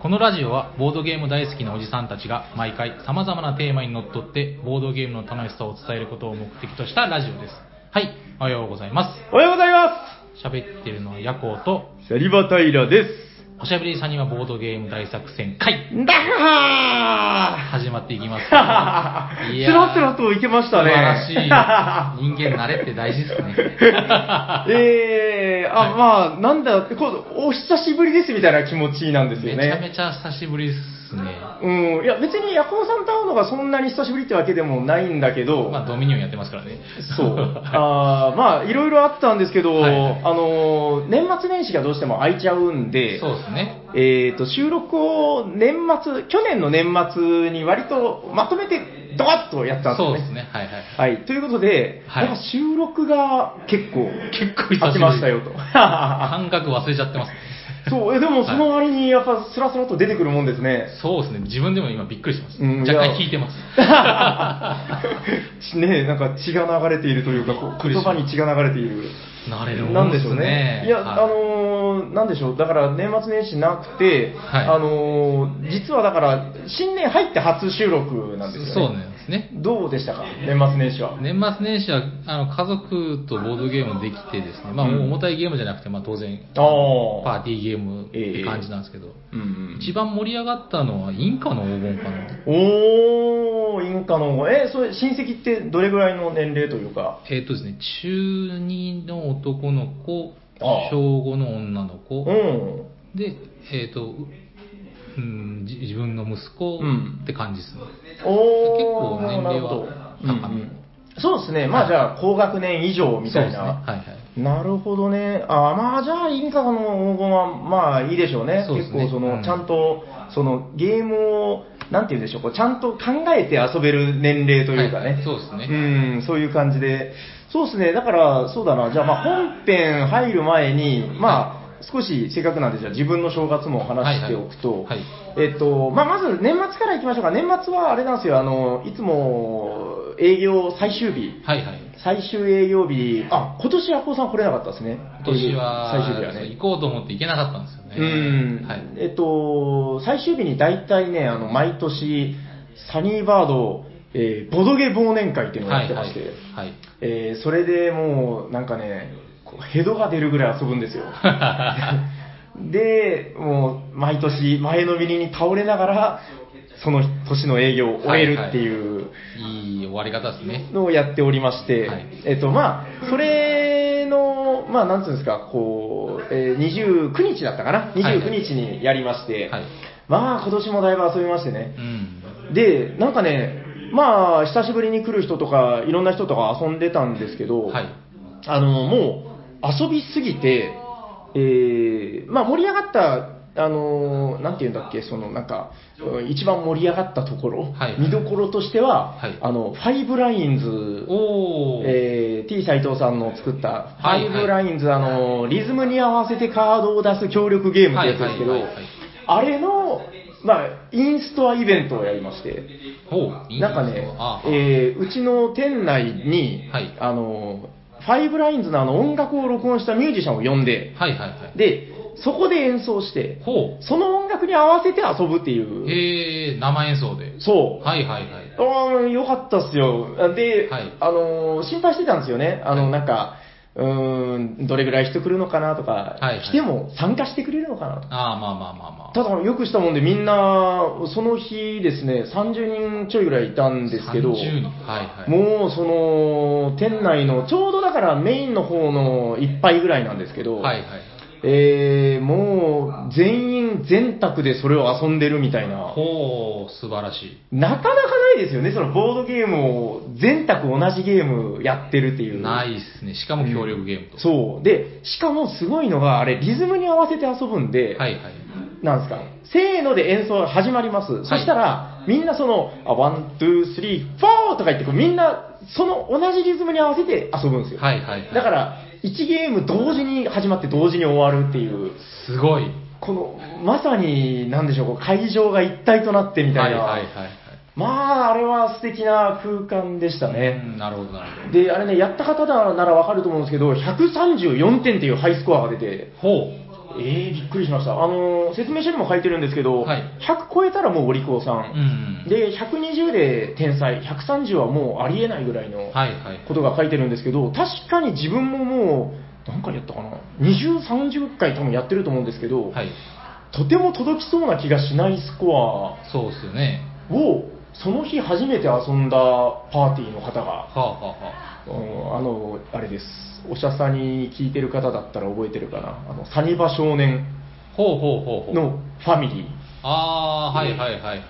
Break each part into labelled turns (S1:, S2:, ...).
S1: このラジオはボードゲーム大好きなおじさんたちが毎回様々なテーマにのっとってボードゲームの楽しさを伝えることを目的としたラジオです。はい、おはようございま。
S2: おはようございます
S1: 喋ってるのはヤコウと、
S2: すシャリバタイラです
S1: おしゃべりさんにはボードゲーム大作戦会
S2: だは
S1: 始まっていきます。
S2: ー
S1: い
S2: ス
S1: やー
S2: ラスラといけ ましたね
S1: 素晴らしい。人間慣れって大事ですね。
S2: えー、あ、まあ、なんだ、こうお久しぶりですみたいな気持ちなんですよね。
S1: めちゃめちゃ久しぶりですね。
S2: うん、いや、別にヤコウさんと会うのがそんなに久しぶりってわけでもないんだけど、
S1: まあ、ドミニオンやってますからね。
S2: そう。あーまあ、いろいろあったんですけど、
S1: はい
S2: あのー年末年始がどうしても空いちゃうんで、
S1: そうですね。
S2: えー、と収録を年末、去年の年末に割とまとめてドカッとやったんです
S1: そ
S2: よ
S1: う
S2: ね。
S1: ですね。はいはい。
S2: はい、ということで、
S1: はい
S2: なんか収録が結構、
S1: 結構久しぶり
S2: 経ちましたよと。
S1: 感覚忘れちゃってます。
S2: そう、えでもその割にやっぱスラスラと出てくるもんで すね。
S1: そうですね。自分でも今びっくりしてます。
S2: うんいや
S1: 若干引いて ます。
S2: ねなんか血が流れているというか、こ
S1: びっ
S2: う
S1: くりしま
S2: 言
S1: した
S2: 葉に血が流れている。
S1: なれる
S2: な
S1: も
S2: ん
S1: ん
S2: で
S1: で
S2: しょ
S1: す
S2: う
S1: ね
S2: ね。。いや、
S1: は
S2: あのーなんでしょう、だから年末年始なくて、
S1: はい
S2: あのー実はだから、新年入って初収録なんですよね。
S1: そうなんですね。
S2: どうでしたか、年末年始は。
S1: 年末年始はあの家族とボードゲームできてですね、まあ、
S2: うん
S1: 重たいゲームじゃなくて、まあ、当然
S2: あー
S1: パーティーゲームって感じなんですけど、
S2: うん
S1: 一番盛り上がったのはインカの黄金かな
S2: おー、インカの、え、それ、親戚ってどれぐらいの年齢というか、
S1: えっ、とですね中2の男の子
S2: ああ
S1: 小5の女の子、
S2: うん、
S1: でえっ、とううんじ自分の息子
S2: うん
S1: って感じですね、
S2: おー、
S1: 結構年齢は
S2: なるほど
S1: 高め
S2: うんうんそうですね、まあじゃあ、高学年以上みた
S1: そうで
S2: いな。
S1: すねはいはい
S2: なるほどね、あーまあじゃあ、インカの黄金はまあいいでしょうね、
S1: そうです
S2: 結
S1: ね
S2: 構その、
S1: うん
S2: ちゃんとそのゲームを、なんていうんでしょう、こうちゃんと考えて遊べる年齢というかね、
S1: はいそうですね
S2: うん、そういう感じで、そうですね、だからそうだな、じゃあ、まあ本編入る前に、まあ、少しせっかくなんで、じゃあ自分の正月も話しておくと、
S1: はいはい
S2: えっとまあ、まず年末からいきましょうか、年末はあれなんですよ、あのいつも営業最終日。
S1: はいはい
S2: 最終営業日、あ今年はこうさん来れなかったですね、
S1: 今年は
S2: 最終日は
S1: そう
S2: ね
S1: 行。こうと思って行けなかったんですよね
S2: うん、
S1: はい、
S2: えっと、最終日に大体ね、あの毎年、サニーバード、えーボドゲ忘年会っていうのを
S1: は
S2: やっ
S1: い
S2: てま
S1: はい
S2: して、
S1: はい
S2: えーそれでもう、なんかね、こうヘドが出るぐらい遊ぶんで すよ。で、もう毎年、前のめりに倒れながら、その年の営業を終えるっていう。
S1: いい終わり方ですね
S2: のをやっておりまして、
S1: はい
S2: えっとまあ、それの、まあ、なんつうんですか、こう、えー29日だったかな、
S1: はい
S2: 29日にやりまして、
S1: はい
S2: まあ、今年もだいぶ遊びましてね
S1: う、ん
S2: で、なんかね、まあ、久しぶりに来る人とか、いろんな人とか遊んでたんですけど、
S1: はい
S2: あのもう遊びすぎて、えーまあ、盛り上がった、あのなんていうんだっけ、そのなんか、うん一番盛り上がったところ、
S1: はい
S2: 見どころとしては、
S1: はい
S2: あのファイブラインズ、
S1: おお、
S2: えー、T 斎藤さんの作った、フ
S1: は
S2: ァ
S1: い
S2: イブラインズ、あのリズムに合わせてカードを出す協力ゲームってやつですけど、
S1: はいはいはいはい
S2: あれの、まあ、インストアイベントをやりまして。
S1: ほういい
S2: なんかね
S1: あ、
S2: えーうちの店内に、
S1: はい
S2: あの、ファイブラインズのあの音楽を録音したミュージシャンを呼んで、
S1: はいはいはい
S2: で、そこで演奏して、
S1: ほ
S2: その音楽に合わせて遊ぶって
S1: う
S2: い
S1: へ
S2: う。
S1: え生演奏で
S2: そう。
S1: はいはいはい
S2: ああ、よかったっすよ。で、
S1: はい
S2: あのー、心配してたんですよね。あ
S1: は
S2: の、
S1: い
S2: なんか、うーん、どれぐらい人来るのかなとか、
S1: はいはい
S2: 来ても参加してくれるのかなとか。
S1: ああまあまあまあまあ
S2: ただ、よくしたもんで、みんな、その日ですね、30人ちょいぐらいいたんですけど、
S1: 30人はいはい
S2: もうその店内のちょうどだからメインの方の一杯ぐらいなんですけど、
S1: はいはい
S2: えーもう全員全卓でそれを遊んでるみたいな、
S1: ほう素晴らしい
S2: なかなかないですよね、そのボードゲームを全卓同じゲームやってるっていう。
S1: ないっすねしかも協力ゲームと、
S2: そう。で、しかもすごいのが、あれ、リズムに合わせて遊ぶんで、
S1: はいはい
S2: なんですか、せーので演奏が始まります、
S1: い
S2: そしたら、みんなその、あワン、ツー、スリー、フォーとか言ってこう、みんな、その同じリズムに合わせて遊ぶんですよ。
S1: はいはいはい
S2: だから、1ゲーム同時に始まって同時に終わるっていう、
S1: すごい
S2: この、まさに、なんでしょう、こう会場が一体となってみたいな、
S1: はいはいはいはい
S2: まあ、あれは素敵な空間でしたね。
S1: うんなるほどなる
S2: で、あれね、やった方ならわかると思うんですけど、134点っていうハイスコアが出て、
S1: ほどほう
S2: えー、びっくりしました。あのー説明書にも書いてるんですけど、
S1: はい
S2: 100超えたらもうお利口さ、
S1: うんん。
S2: で、120で天才、130はもうありえないぐらいの
S1: はいはい。
S2: ことが書いてるんですけど、確かに自分ももう、何回やったかな、20、30回多分やってると思うんですけど、
S1: はい。
S2: とても届きそうな気がしないスコア
S1: そうっすよね。
S2: を、その日初めて遊んだパーティーの方が
S1: はあはあはあ。
S2: うんあの、あれです。おしゃさに聞いてる方だったら覚えてるかな。あの、サニバ少年
S1: ほうほうほうほう。
S2: のファミリ
S1: ああ、はいはいはいはい。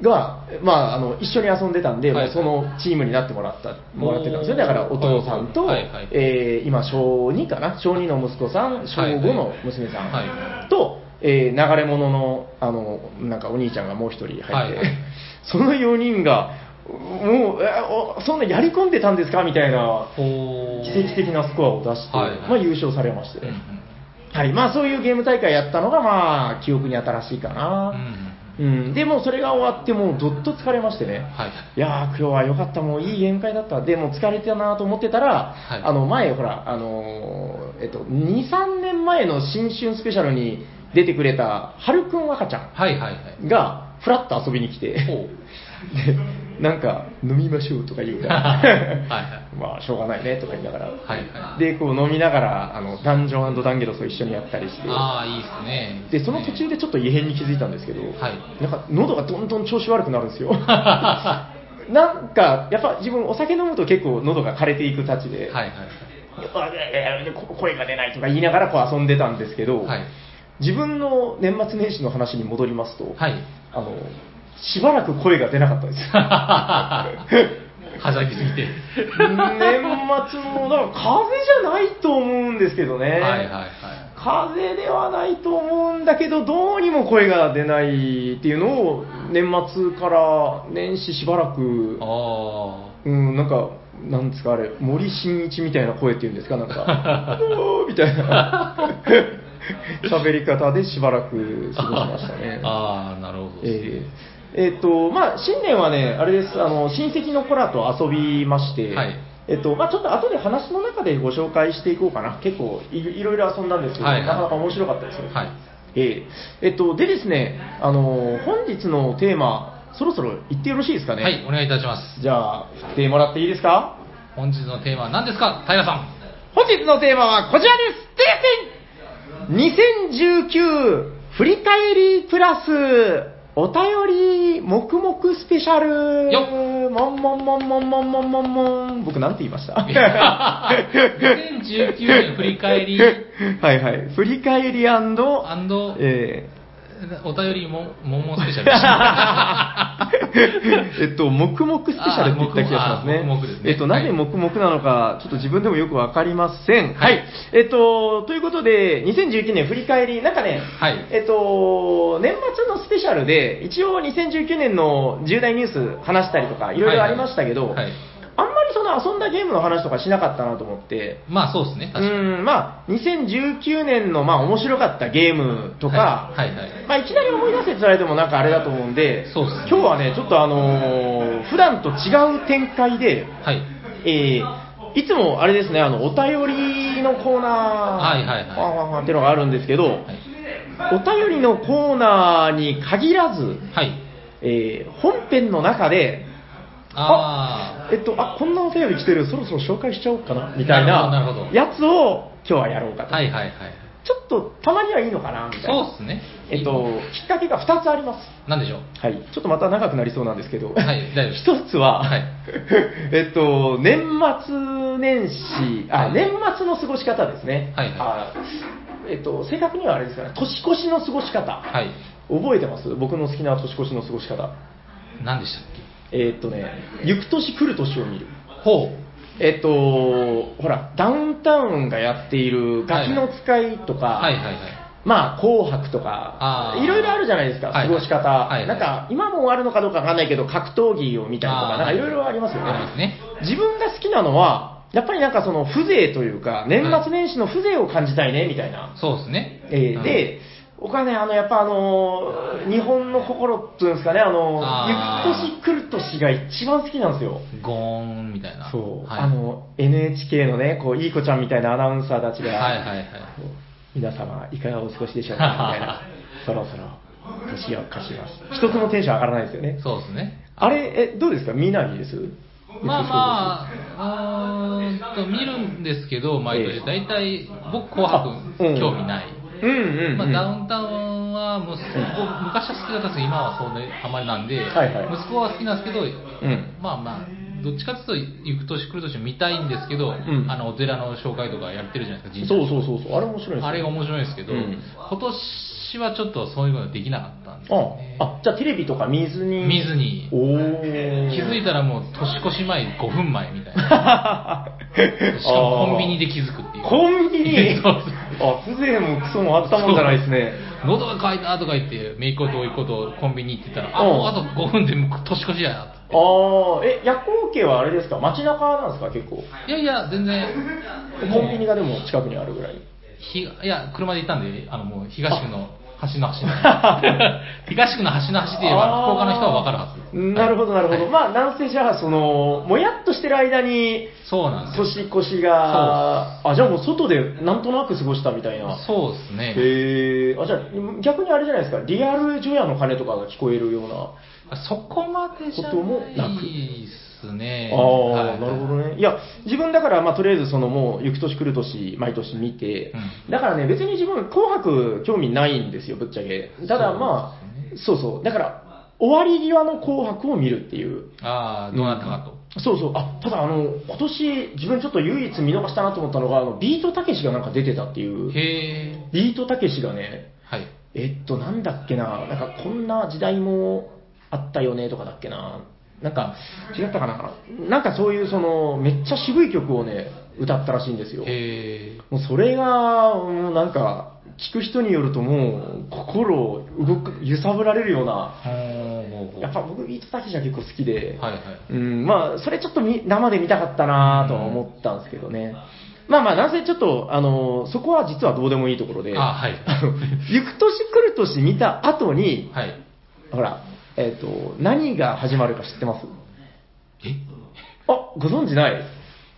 S2: ーが、まあ、あの、一緒に遊んでたんで、
S1: はい
S2: もうそのチームになってもらった、もらってたんですよ。
S1: おー
S2: だから、お父さんと、
S1: はいはい
S2: えー今、小2かな。小2の息子さん、小5の娘さん、
S1: はいは
S2: と、えー流れ物の、あの、なんかお兄ちゃんがもう一人入って、
S1: はいはい
S2: その4人が、もう、えおそんなやり込んでたんですかみたいな
S1: ほう。
S2: 奇跡的なスコアを出して、
S1: はいはい
S2: まあ、優勝されまして、
S1: うんうん。
S2: はいまあ、そういうゲーム大会やったのが、まあ、記憶に新しいか
S1: うん
S2: な、
S1: うん
S2: うんでもうそれが終わって、もうどっと疲れましてね、
S1: はい。
S2: いやー、今日は良かった、もういいゲーム会だった、でも疲れてたなと思ってたら、
S1: はい
S2: あの前、ほら、あのーえっと、2、3年前の新春スペシャルに出てくれた、はるくん赤ちゃ
S1: はいはいはい。
S2: んが、ふらっと遊びに来て、
S1: ほう。
S2: でなんか、飲みましょうとか言うか
S1: はい
S2: ら、
S1: は
S2: まあ、しょうがないねとか言いながら。
S1: い。はいはい。
S2: でこう飲みながらあのダンジョンダンゲロスを一緒にやったりして
S1: ああ、いいっすね。
S2: でその途中でちょっと異変に気づいたんですけど、
S1: はい
S2: なんか喉がどんどん調子悪くなるん ですよなんかやっぱ自分お酒飲むと結構喉が枯れていくたちで、
S1: はいはい
S2: あえーこ声が出ないとか言いながらこう遊んでたんですけど、
S1: はい。
S2: 自分の年末年始の話に戻りますと、
S1: はい。
S2: あのしばらく声が出なかったです
S1: はじゃきすぎて。
S2: 年末もだから風邪じゃないと思うんですけどね、
S1: はいはいはい。
S2: 風邪ではないと思うんだけど、どうにも声が出ないっていうのを、年末から年始しばらく、
S1: ああ。
S2: うん、なんか、なんですか、あれ、森進一みたいな声っていうんですか、なん か、おーみたいな 喋り方でしばらく過ごしましたね。
S1: ああ、なるほどっすね。
S2: えーえーっとまあ、新年はね、あれですあの親戚の子らと遊びまして、
S1: はい
S2: えーっとまあ、ちょっと後で話の中でご紹介していこうかな、結構いいろいろ遊んだんですけど、
S1: はいはい
S2: なかなか面白かったですよ。
S1: はい。
S2: えーえーっとでですね、あのー本日のテーマ、そろそろ言ってよろしいですかね、
S1: はい、お願いいたします。
S2: じゃあ、振ってもらっていいですか、
S1: 本日のテーマは何ですか、平さん。
S2: 本日のテーマはこちらです、2019振り返りプラスお便り黙々スペシャル。
S1: よ
S2: っもんもんもんもんもんもんもんもん。僕なんて言いました
S1: 2019年振り返り
S2: はいはい。振り返り
S1: アンド
S2: え
S1: お便りも、ももスペシャル。 は
S2: ー えっと、黙々スペシャルって言った気がしますね。
S1: あー黙々あー黙々ですね
S2: えっと、なぜ
S1: はい
S2: 黙々なのか、ちょっと自分でもよくわかりません。は、
S1: はいい
S2: えっと、ということで、2019年振り返り、なんかね、
S1: はい
S2: えっと、年末のスペシャルで、一応2019年の重大ニュース話したりとか、いろいろありましたけど、
S1: はい。
S2: あんまりその遊んだゲームの話とかしなかったなと思って、
S1: まあそうですね、
S2: う
S1: 確かに。
S2: ん、まあ、2019年の、まあ、面白かったゲームとか、
S1: はいはいはい。
S2: まあ、いきなり思い出せって言われてもなんかあれだと思うんで、
S1: そうっすね
S2: 今日はね、ちょっとあのー普段と違う展開で、
S1: はい。
S2: えーいつもあれですね、あの、お便りのコーナー、
S1: はいはいはい
S2: わんわんわんっていうのがあるんですけど、
S1: はい。
S2: お便りのコーナーに限らず、
S1: はい。
S2: えー本編の中で、
S1: あ
S2: えっと、あ、こんなお便り来てる、そろそろ紹介しちゃおうかな、みたい
S1: なるほどな
S2: な
S1: るほど
S2: やつを今日はやろうか
S1: あ。
S2: と。
S1: はいはいはい。
S2: ちょっと、たまにはいいのかな、みたい
S1: そう
S2: な。
S1: っすね。
S2: えっと、きっかけが2つあります。
S1: なんでしょう。
S2: はい、ちょっとまた長くなりそうなんですけど、
S1: はい大丈夫です
S2: 一つは、
S1: はい
S2: えっと、年末年始、あ、
S1: はい
S2: 年末の過ごし方ですね。
S1: はいはい
S2: あえっと、正確にはあれですかね、年越しの過ごし方。
S1: はい。
S2: 覚えてます僕の好きな年越しの過ごし方。
S1: 何でしたっ
S2: えっとね、行く年来る年を見る。
S1: けほう。
S2: えっと、ほら、ダウンタウンがやっているガキの使いとか、
S1: はいはいはい。
S2: まあ、紅白と
S1: あ
S2: か、
S1: ー
S2: いろいろあるじゃないですか、
S1: は
S2: 過
S1: いは
S2: ご
S1: い
S2: し方、
S1: はいはい
S2: なんか今もあるのかどうかわかんないけど、格闘技を見たりとか、
S1: あー
S2: なんかいろいろありますよね
S1: ありますね
S2: 自分が好きなのは、やっぱりなんかその風情というか、年末年始の風情を感じたいねみたいな、
S1: そうですね。
S2: えー
S1: うん、
S2: で、僕はね、あのやっぱあのー日本の心っていうんですかね、あの
S1: あ
S2: ー
S1: ー
S2: ゆく年来る年が一番好きなんですよ。
S1: ゴーンみたいな。
S2: そう、
S1: はい、
S2: あの NHK のね、こういい子ちゃんみたいなアナウンサーたちが、
S1: はいはいはい。
S2: 皆様、いかがお過ごしでし ょうかみたいな、そろそろ年を貸します。一つもテンション上がらないですよね。
S1: そうですね。
S2: あれ、え、どうですか見ないです
S1: まあまあ、うーんと見るんですけど、毎年、大体、僕、紅白、
S2: うん
S1: 興味ない。
S2: うんうん、うん
S1: まあ、ダウンタウンは息子、昔は好きだったんですけど、今はそうね、あまりなんで、
S2: はいはい
S1: 息子は好きなんですけど、
S2: うん
S1: まあまあ、どっちかというと、行く年来る年見たいんですけど、
S2: ん
S1: あの、お寺の紹介とかやってるじゃないですか、
S2: そう
S1: う。
S2: そうそうそう、あれ面白いですよ
S1: あれが面白いんですけど、
S2: うん
S1: 今年はちょっとそういうことできなかったんですよね。
S2: ああ、じゃあテレビとか見ずに。
S1: 見ずに
S2: おー。
S1: 気づい たらもう年越し前5分前みたいな。
S2: た。
S1: しかもコンビニで気づくっていう。
S2: コンビニ
S1: そうそう
S2: あ、風情もクソもあったもんじゃないですね。
S1: 喉が渇いたとか言って、めいっ子とおいっ子とコンビニ行ってたら、あ、
S2: うん
S1: もうあと5分でもう年越しやなと。
S2: ああ、え、夜行家はあれですか街中なんですか結構。
S1: いやいや、全然、
S2: コンビニがでも近くにあるぐらい。
S1: ひいや、車で行ったんで、あの、もう東区の端の端の 東区の端の端で言えば、福岡の人は分かるはず。
S2: なるほど、なるほど。
S1: はい
S2: まあ、なんせじゃあ、その、もやっとしてる間に、
S1: そうなんですよ。
S2: 年越しが、あ、じゃあもう外でなんとなく過ごしたみたいな。
S1: そうですね。
S2: へえあ、じゃあ逆にあれじゃないですか、リアル除夜の鐘とかが聞こえるような。
S1: そこまでじゃ
S2: こともな
S1: な
S2: く
S1: いですね。
S2: あ
S1: は
S2: あ、
S1: い
S2: なるほどね。いや、自分だから、まあ、とりあえず、そのもう、行く年来る年、毎年見て、
S1: う
S2: だからね、別に自分、紅白、興味ないんですよ、ぶっちゃけ。ただ、まあ、そうそう、だから、終わり際の紅白を見るっていう。
S1: ああ、どうなったかと。
S2: そうそう、あただあの、今年自分ちょっと唯一見逃したなと思ったのが、あのビートたけしがなんか出てたっていう、
S1: へえ。
S2: ビートたけしがね、
S1: はい。
S2: えっと、なんだっけな、なんかこんな時代もあったよねとかだっけな、なんか違ったかな、なんかそういうその、めっちゃ渋い曲をね、歌ったらしいんですよ。
S1: へえ。
S2: もうそれが、もうなんか、聞く人によるともう、心を動く、揺さぶられるような、
S1: ほうほうほう
S2: やっぱ僕、ビートたけしは結構好きで、
S1: はいはい。
S2: うん、まあ、それちょっとみ生で見たかったなとは思ったんですけどね。まあまあ、なぜちょっと、あの、そこは実はどうでもいいところで、
S1: あはい
S2: あの行く年来る年見た後に、
S1: はい。
S2: ほら、えっ、と、何が始まるか知ってます
S1: え
S2: あ、ご存知ない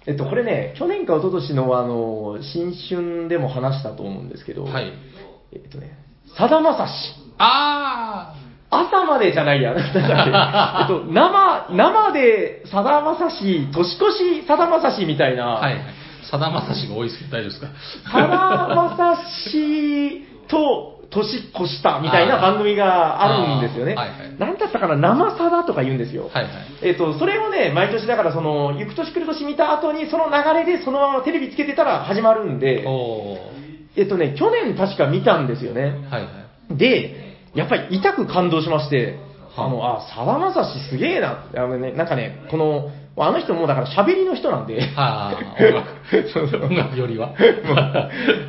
S2: えっと、これね、去年か一昨年の、あの、新春でも話したと思うんですけど、
S1: はい。
S2: えっとね、さだまさし。
S1: あ
S2: 朝までじゃないや。な んだっけえっと、生、生で、さだまさし、年越しさだまさしみたいな、
S1: あはいはい。さだまさしが多いですけど大丈夫ですか
S2: さだまさしと年越したみたいな番組があるんですよね。
S1: あーはいはい
S2: なんだったかな、生さだとか言うんですよ。
S1: はいはい。
S2: えっと、それをね、毎年だから、その、行く年来る年見た後に、その流れでそのままテレビつけてたら始まるんで、
S1: おー。
S2: えっとね、去年確か見たんですよね。
S1: はいはい。
S2: で、やっぱり痛く感動しまして、あの、あ、さだまさしすげえなって、あのね、なんかね、この、あの人もうだから喋りの人なんで、
S1: はあ、音楽。
S2: そうそう
S1: 音楽よりは。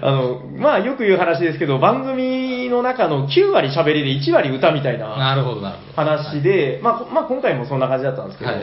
S2: あの、まあよく言う話ですけど、番組の中の9割喋りで1割歌みたいな
S1: なるほどなるほど。
S2: 話で、まあ、こまあ今回もそんな感じだったんですけど、
S1: はい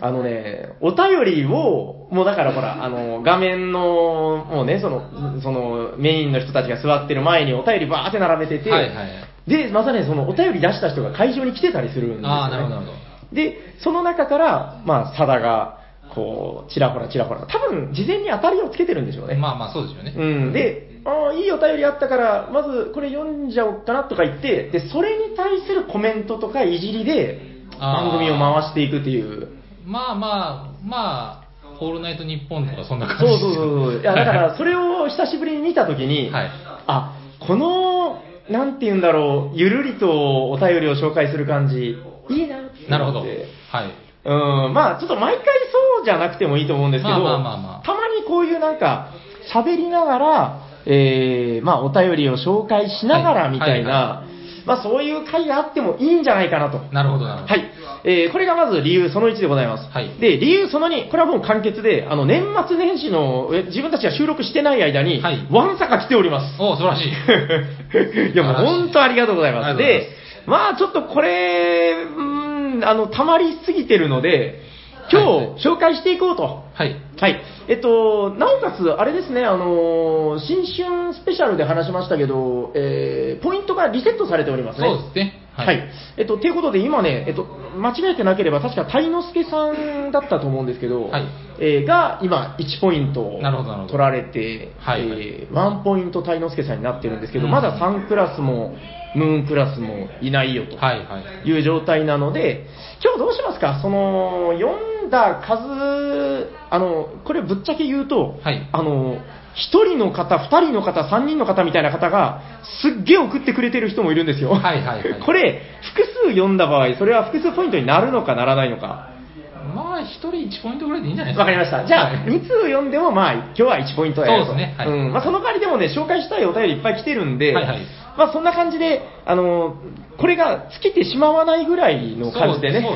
S2: あのね、お便りを、もうだからほら、あの、画面の、もうね、その、その、メインの人たちが座ってる前にお便りバーって並べてて、
S1: はいはいはい
S2: で、まさにそのお便り出した人が会場に来てたりするんですよ、ね。
S1: ああ、なるほどなるほど。
S2: で、その中から、まあ、サダが、こう、ちらほらちらほら、多分、事前に当たりをつけてるんでしょうね。
S1: まあまあそうですよね。
S2: うん、で、ああ、いいお便りあったから、まずこれ読んじゃおっかなとか言って、で、それに対するコメントとかいじりで、
S1: あー
S2: 番組を回していくっていう。
S1: まあまあ、まあ、オールナイトニッポンとかそんな感じ
S2: そ
S1: で
S2: う
S1: す
S2: そうそうそう。い や、だから、それを久しぶりに見たときに、
S1: はい
S2: あ、この、なんて言うんだろう、ゆるりとお便りを紹介する感じ、いいなって思って
S1: なるほど。はい。
S2: うん、まあ、ちょっと毎回そうじゃなくてもいいと思うんですけど、
S1: まあまあまあまあ
S2: たまにこういうなんか、喋りながら、えー、まあ、お便りを紹介しなが
S1: は
S2: ら
S1: い
S2: みたい
S1: は
S2: な、まあ、そういう回があってもいいんじゃないかなと。
S1: なるほどなるほど。
S2: はい。えー、これがまず理由その1でございます。
S1: はい
S2: で、理由その2、これはもう簡潔で、あの、年末年始の、え自分たちが収録してない間に、
S1: はい
S2: わんさか来ております。
S1: おお、素晴らしい。
S2: いや、もう本当ありがとうございま
S1: ありが
S2: す。
S1: とうござい
S2: で、まあちょっとこれ、うーん、あの、溜まりすぎてるので、今日紹介していこうと。
S1: はい。
S2: はい。えっと、なおかつ、あれですね、あのー新春スペシャルで話しましたけど、えーポイントがリセットされておりますね。
S1: そうですね。
S2: はい。えっと、ということで今ね、えっと、間違えてなければ、確か、鯛之助さんだったと思うんですけど、
S1: はい
S2: えーが今、1ポイントを
S1: なるほどなるほど
S2: 取られて、
S1: はい
S2: えー1ポイント鯛之助さんになってるんですけど、
S1: うん
S2: まだ3クラスも、ムーンクラスもいないよと。
S1: はいはい。
S2: いう状態なので、今日どうしますか、その読んだ数、あのこれ、ぶっちゃけ言うと、
S1: はい
S2: あの、1人の方、2人の方、3人の方みたいな方が、すっげえ送ってくれてる人もいるんですよ、
S1: はいはいはい
S2: これ、複数読んだ場合、それは複数ポイントになるのかならないのか、
S1: まあ、一人1ポイントぐらいでいいんじゃないですか。
S2: わかりました、じゃあ、
S1: はい
S2: 2通読んでも、まあ、今日は1ポイントやよと
S1: そうですねはい
S2: んまあ、その代わりでもね、紹介したいお便りいっぱい来てるんで、
S1: はいはい
S2: まあ、そんな感じで、あのこれが尽きてしまわないぐらいの感じでね、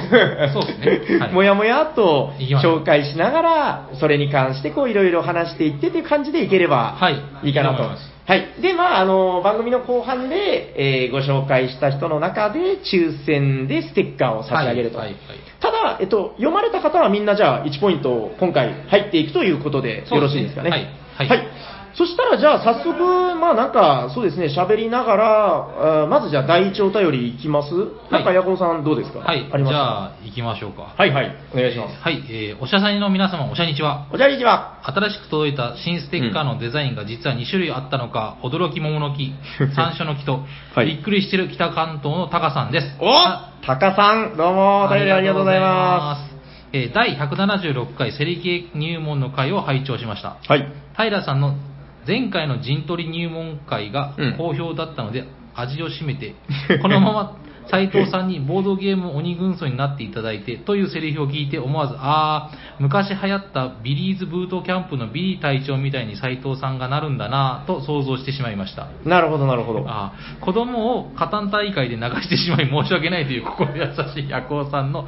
S1: そうですねそうですねはい
S2: もやもやっと
S1: いきましょう
S2: 紹介しながら、それに関してこういろいろ話していってっていう感じでいければ
S1: はい
S2: いいか
S1: い
S2: なと。
S1: いと思います
S2: はい。で、まあ、あの、番組の後半で、えーご紹介した人の中で、抽選でステッカーを差し上げると。
S1: はいはい
S2: ただ、えっと、読まれた方はみんなじゃあ1ポイント今回入っていくということで
S1: そうですね
S2: よろしいですかね。
S1: はいはい
S2: そしたらじゃあ早速、まあなんかそうですね、喋りながら、あーまずじゃあ第一お便りいきます。なんか、ヤコウさんどうですか
S1: はい。
S2: ありま
S1: じ
S2: すか
S1: ゃあ、行きましょうか。
S2: はいはい、お願いします。
S1: はい、えーおしゃさにの皆様、おしゃにちは。
S2: おじゃりじは。
S1: 新しく届いた新ステッカーのデザインが実は2種類あったのか、驚き桃の 木、山椒の木と、
S2: はい
S1: びっくりしてる北関東のタカさんです。あ。
S2: おタカさん、どうも、お便りありがとうございます
S1: えー第176回セリ系入門の会を拝聴しました。
S2: す。はい。
S1: 平さんの前回の陣取り入門会が
S2: うん
S1: 好評だったので、味を占めて、このま ま斉藤さんにボードゲーム鬼軍曹になっていただいてというセリフを聞いて思わず、あー、昔流行ったビリーズブートキャンプのビリー隊長みたいに斉藤さんがなるんだなぁと想像してしまいました。
S2: なるほど、なるほど。
S1: あー子供をカタン大会で流してしまい申し訳ないという心優しい夜行さんの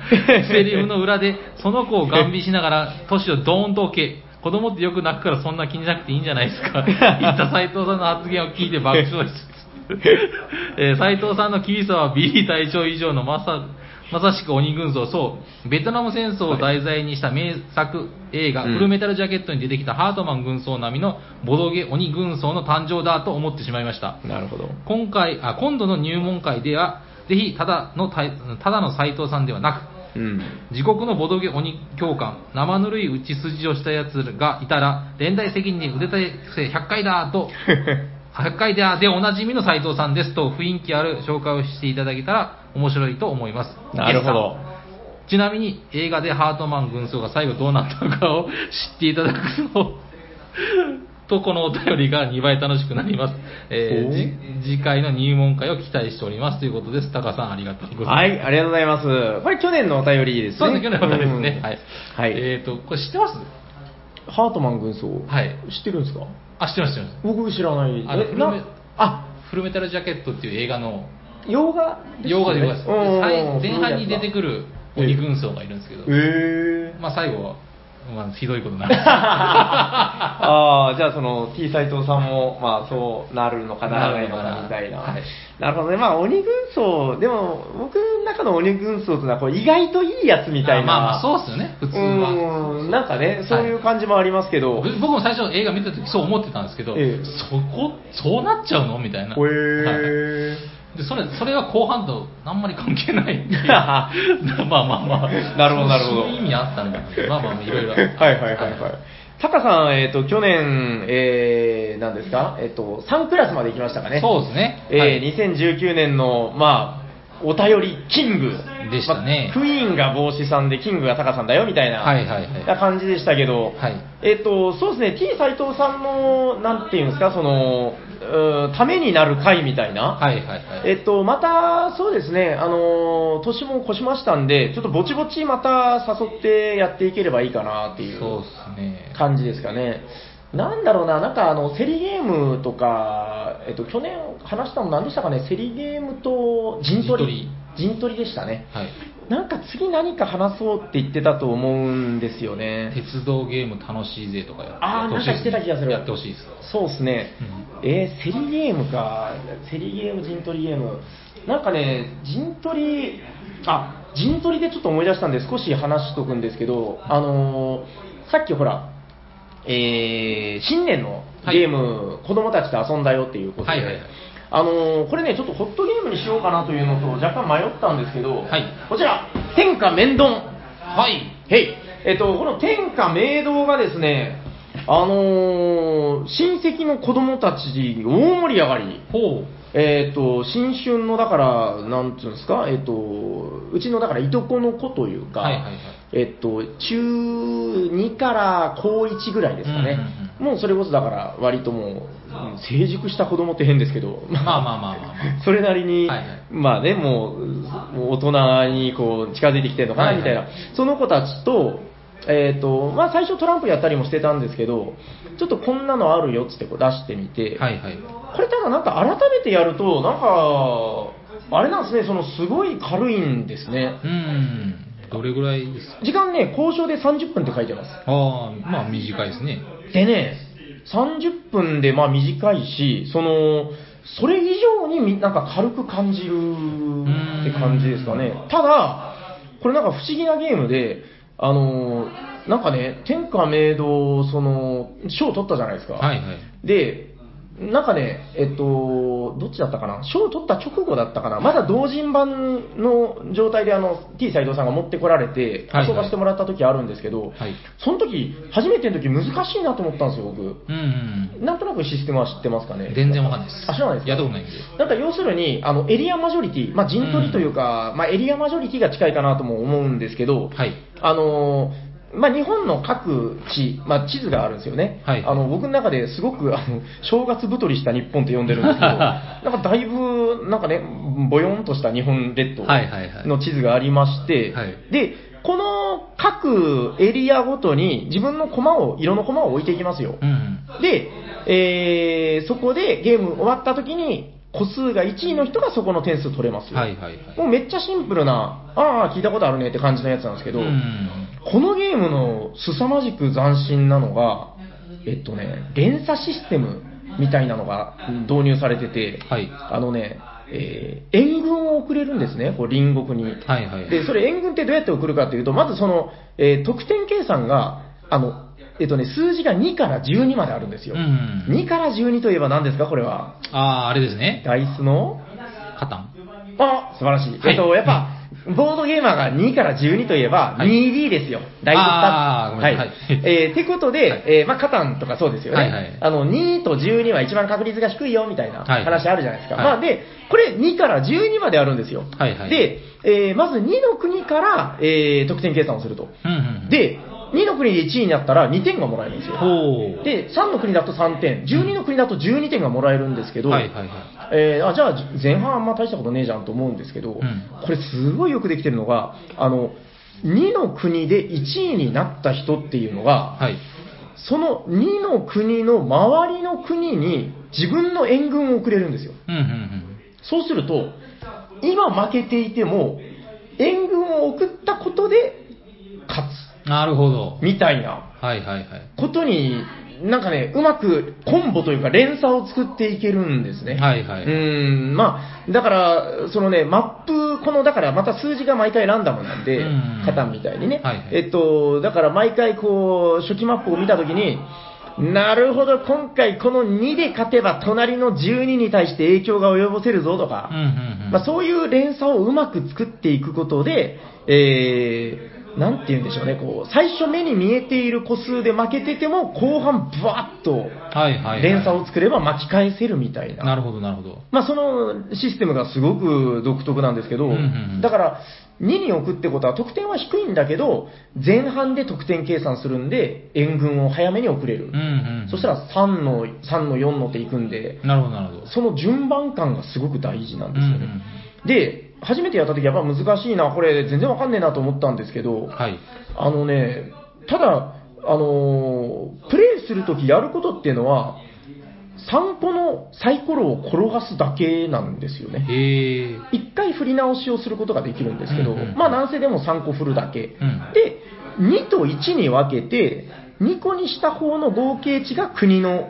S1: セリフの裏で、その子をガン見しながら、年をドーンと置け。子供ってよく泣くからそんな気になくていいんじゃないですか。言った斉藤さんの発言を聞いて爆笑しつつ、えー斉藤さんの厳しさはビリー隊長以上のまさ、まさしく鬼軍曹、そう、ベトナム戦争を題材にした名作映画、
S2: うん
S1: フルメタルジャケットに出てきたハートマン軍曹並みのボドゲ鬼軍曹の誕生だと思ってしまいました。
S2: なるほど。
S1: 今回あ今度の入門会ではぜひただのたただの斎藤さんではな
S2: うん。
S1: く自国のボドゲ鬼教官生ぬるい打ち筋をしたやつがいたら連帯責任で腕立て100回だと100回だでおなじみの斎藤さんですと雰囲気ある紹介をしていただけたら面白いと思います
S2: な
S1: ゲ
S2: るほ
S1: スト
S2: ど。
S1: ちなみに映画でハートマン軍曹が最後どうなったのかを知 っていただく のとこのお便りが2倍楽しくなります、えーじ次回の入門会を期待しておりますということですタカさんありがとうございます、
S2: はい、ありがとうございます。これ去年のお便りですね。
S1: そうですね去年のお便りですね、
S2: うん
S1: はい、
S2: はい
S1: えっ、とこれ知ってます
S2: ハートマン軍曹。
S1: はい
S2: 知ってるんですか
S1: あ知ってます知ってます
S2: 僕知らない。
S1: あの
S2: え
S1: フルメ
S2: なあ、
S1: フルメタルジャケットっていう映画の
S2: 洋画ですよ
S1: 洋画
S2: ね
S1: でございます、
S2: うんうんうん
S1: 最前半に出てくる鬼軍曹がいるんですけど、
S2: へえ。
S1: まあ最後は、まあ、ひどいことにな る
S2: ああ、じゃあその T 斎藤さんも、まあそうなるのかならないのか
S1: なるのかな
S2: なみたいな。
S1: はい
S2: なるほどね。まあ鬼軍曹、でも僕の中の鬼軍曹っていうのはこう意外といいやつみたいな。
S1: まあまあそうっすよね普通は
S2: うん、なんかね、そういう感じもありますけど。
S1: 僕も最初映画見た時そう思ってたんですけど、
S2: ええ
S1: そこそうなっちゃうのみたいな、は
S2: へ
S1: い
S2: え。
S1: でそれそれは後半とあんまり関係ない っていうまあ
S2: な
S1: まあまあ
S2: なるほどなるほど
S1: そういう意味あったのかまあまあいろいろ
S2: はいはいはいはい。タカさん、えっ、と、去年、えー、なんですか、えっ、と、3クラスまで行きましたかね。
S1: そうですね、
S2: えー
S1: はい
S2: 2019年の、まあ、お便りキング
S1: でしたね
S2: まあクイーンが帽子さんで、キングがタカさんだよみたいな,、
S1: はいはいはい
S2: な感じでしたけど、
S1: はい
S2: えっとそうですね、T 斎藤さんの、なんていうんですか、そのうーためになる回みたいな、
S1: はいはいはい
S2: えっと、また、そうですね、あのー年も越しましたんで、ちょっとぼちぼちまた誘ってやっていければいいかなっていう
S1: そうですね
S2: 感じですかね。なんだろうな、なんかあの、セリゲームとか、えっと、去年話したの何でしたかね、セリゲームと陣取り。陣取りでしたね。
S1: はい
S2: なんか次何か話そうって言ってたと思うんですよね。
S1: 鉄道ゲーム楽しいぜとかやって
S2: あ
S1: やっ
S2: ー
S1: てほしいですね
S2: なんかしてた気がする
S1: やってほしいです
S2: そうですね。えーセリゲームか。セリゲーム、陣取りゲーム。なんかね、陣取り、あ、陣取りでちょっと思い出したんで少し話しとくんですけど、あのーさっきほら、えー新年のゲーム、子供たちと遊んだよっていうことで、
S1: はいはいはい
S2: あのーこれね、ちょっとホットゲームにしようかなというのと若干迷ったんですけど、
S1: はい
S2: こちら、天下面丼。
S1: はい。
S2: へい。えっと、この天下明堂がですね、あのー親戚の子供たちに大盛り上がり。
S1: ほう。
S2: えっと、新春の、だから、なんつうんですか、えっと、うちの、だから、いとこの子というか、
S1: はいはいはい
S2: えっと、中2から高1ぐらいですかね、
S1: うん
S2: もうそれこそ、だから、割ともう、うん成熟した子供って変ですけど、
S1: まあまあまあまあまあ。
S2: それなりに、
S1: はいはい
S2: まあね、もう、もう大人にこう近づいてきてるのか
S1: は
S2: な、
S1: いはい
S2: みたいな、その子たちと、えっ、と、まあ最初トランプやったりもしてたんですけど、ちょっとこんなのあるよっつってこう出してみて、
S1: はいはい。
S2: これただなんか改めてやると、なんか、あれなんですね、そのすごい軽いんですね。
S1: うん。どれぐらいですか
S2: 時間ね、交渉で30分って書いてます。
S1: ああ、まあ短いですね。
S2: でね、30分でまあ短いし、その、それ以上にみなんか軽く感じるって感じですかね
S1: う。
S2: ただ、これなんか不思議なゲームで、あのーなんかね、天下明堂、その、賞取ったじゃないですか。
S1: はいはい。
S2: で、なんかね、えっと、どっちだったかな、賞を取った直後だったかな、まだ同人版の状態であの T 斎藤さんが持ってこられて、
S1: はいはい
S2: 遊ばせてもらった時あるんですけど、
S1: はい。
S2: その時初めての時難しいなと思ったんですよ、僕。
S1: うんうん
S2: なんとなくシステムは知ってますか
S1: う
S2: ね
S1: ん。全然わかんないです。
S2: あ知らないですか
S1: やったことないんで。
S2: なんか要するに、あのエリアマジョリティ、まあ、陣取りというか、まあ、エリアマジョリティが近いかなとも思うんですけど、
S1: はい。
S2: あのーまあ、日本の各地、まあ、地図があるんですよね、
S1: はい
S2: あの僕の中ですごくあの正月太りした日本って呼んでるん ですけど、なんかだいぶ、なんかね、ぼよんとした日本列島
S1: はいはいはい
S2: の地図がありまして、
S1: はい
S2: でこの各エリアごとに自分の駒を、色の駒を置いていきますよ。
S1: うん。
S2: で、えーそこでゲーム終わった時に、個数が1位の人がそこの点数取れますよ。
S1: はいはいは
S2: もうめっちゃシンプルな、ああ、聞いたことあるねって感じのやつなんですけ
S1: い。
S2: ど、
S1: うん。
S2: このゲームの凄まじく斬新なのが、えっとね、連鎖システムみたいなのが導入されてて、
S1: はい
S2: あのね、えー援軍を送れるんですね、こう隣国に。
S1: はいはい。
S2: で、それ援軍ってどうやって送るかというと、まずその、えー得点計算が、あの、えっとね、数字が2から12まであるんですよ。
S1: うん。
S2: 2から12といえば何ですか、これは。
S1: ああ、あれですね。
S2: ダイスの
S1: カタン。
S2: あ、素晴らしい。
S1: はい
S2: えっと、やっぱ、ボードゲーマーが2から12といえば、
S1: はい
S2: 2D ですよ。ダイス
S1: あーごめんなさい
S2: は
S1: はいい。
S2: えー、てことで、
S1: はい
S2: えーまあ、カタンとかそうですよね。
S1: はいはい
S2: あの、2と12は一番確率が低いよ、みたいな
S1: はい
S2: 話あるじゃないですか。
S1: はい
S2: まあ、で、これ2から12まであるんですよ。
S1: はいはい
S2: で、えーまず2の国から、えー得点計算をすると。
S1: うんうん。、
S2: で、2の国で1位になったら2点がもらえるんですよ。
S1: ほう。
S2: で、3の国だと3点、12の国だと12点がもらえるんですけど、
S1: はいはいはい。
S2: えーあじゃあ前半あんま大したことねえじゃんと思うんですけど、
S1: ん
S2: これすごいよくできてるのがあの2の国で1位になった人っていうのが、
S1: はい。
S2: その2の国の周りの国に自分の援軍を送れるんですよ
S1: うんうんうん。
S2: そうすると今負けていても援軍を送ったことで勝
S1: なるほど
S2: つ。みたいな
S1: はいはいはい。
S2: ことになんかねうまくコンボというか連鎖を作っていけるんですね
S1: はいは
S2: う
S1: い。
S2: ーん、まあ、だから、そのね、マップ、この、だから、また数字が毎回ランダムなんで
S1: うん、
S2: カタンみたいにね。
S1: はいはい
S2: えっと、だから毎回、こう、初期マップを見たときに、なるほど、今回この2で勝てば、隣の12に対して影響が及ぼせるぞと
S1: うんう
S2: か、
S1: んうん。
S2: まあ、そういう連鎖をうまく作っていくことで、えー、なんて言うんでしょうね、こう、最初目に見えている個数で負けてても、後半、ブワッと、
S1: はいはい、はい。
S2: 連鎖を作れば巻き返せるみたいな。
S1: なるほどなるほど。
S2: まあ、そのシステムがすごく独特なんですけど、
S1: うんうんうん
S2: だから2に置くってことは得点は低いんだけど、前半で得点計算するんで、援軍を早めに送れる、
S1: うんうんうん。
S2: そしたら3の ,3 の4のっていくんで、
S1: なるほどなるほど。
S2: その順番感がすごく大事なんですよね。
S1: うんうん
S2: で、初めてやった時やっぱ難しいな、これ、全然わかんねえなと思ったんですけど、
S1: はい。
S2: あのね、ただ、あのープレイするときやることっていうのは、3個のサイコロを転がすだけなんですよね。
S1: へえ。
S2: 1回振り直しをすることができるんですけど、
S1: うんうん
S2: まあ、なんせでも3個振るだけ。
S1: うん。
S2: で、2と1に分けて、2個にした方の合計値が国の、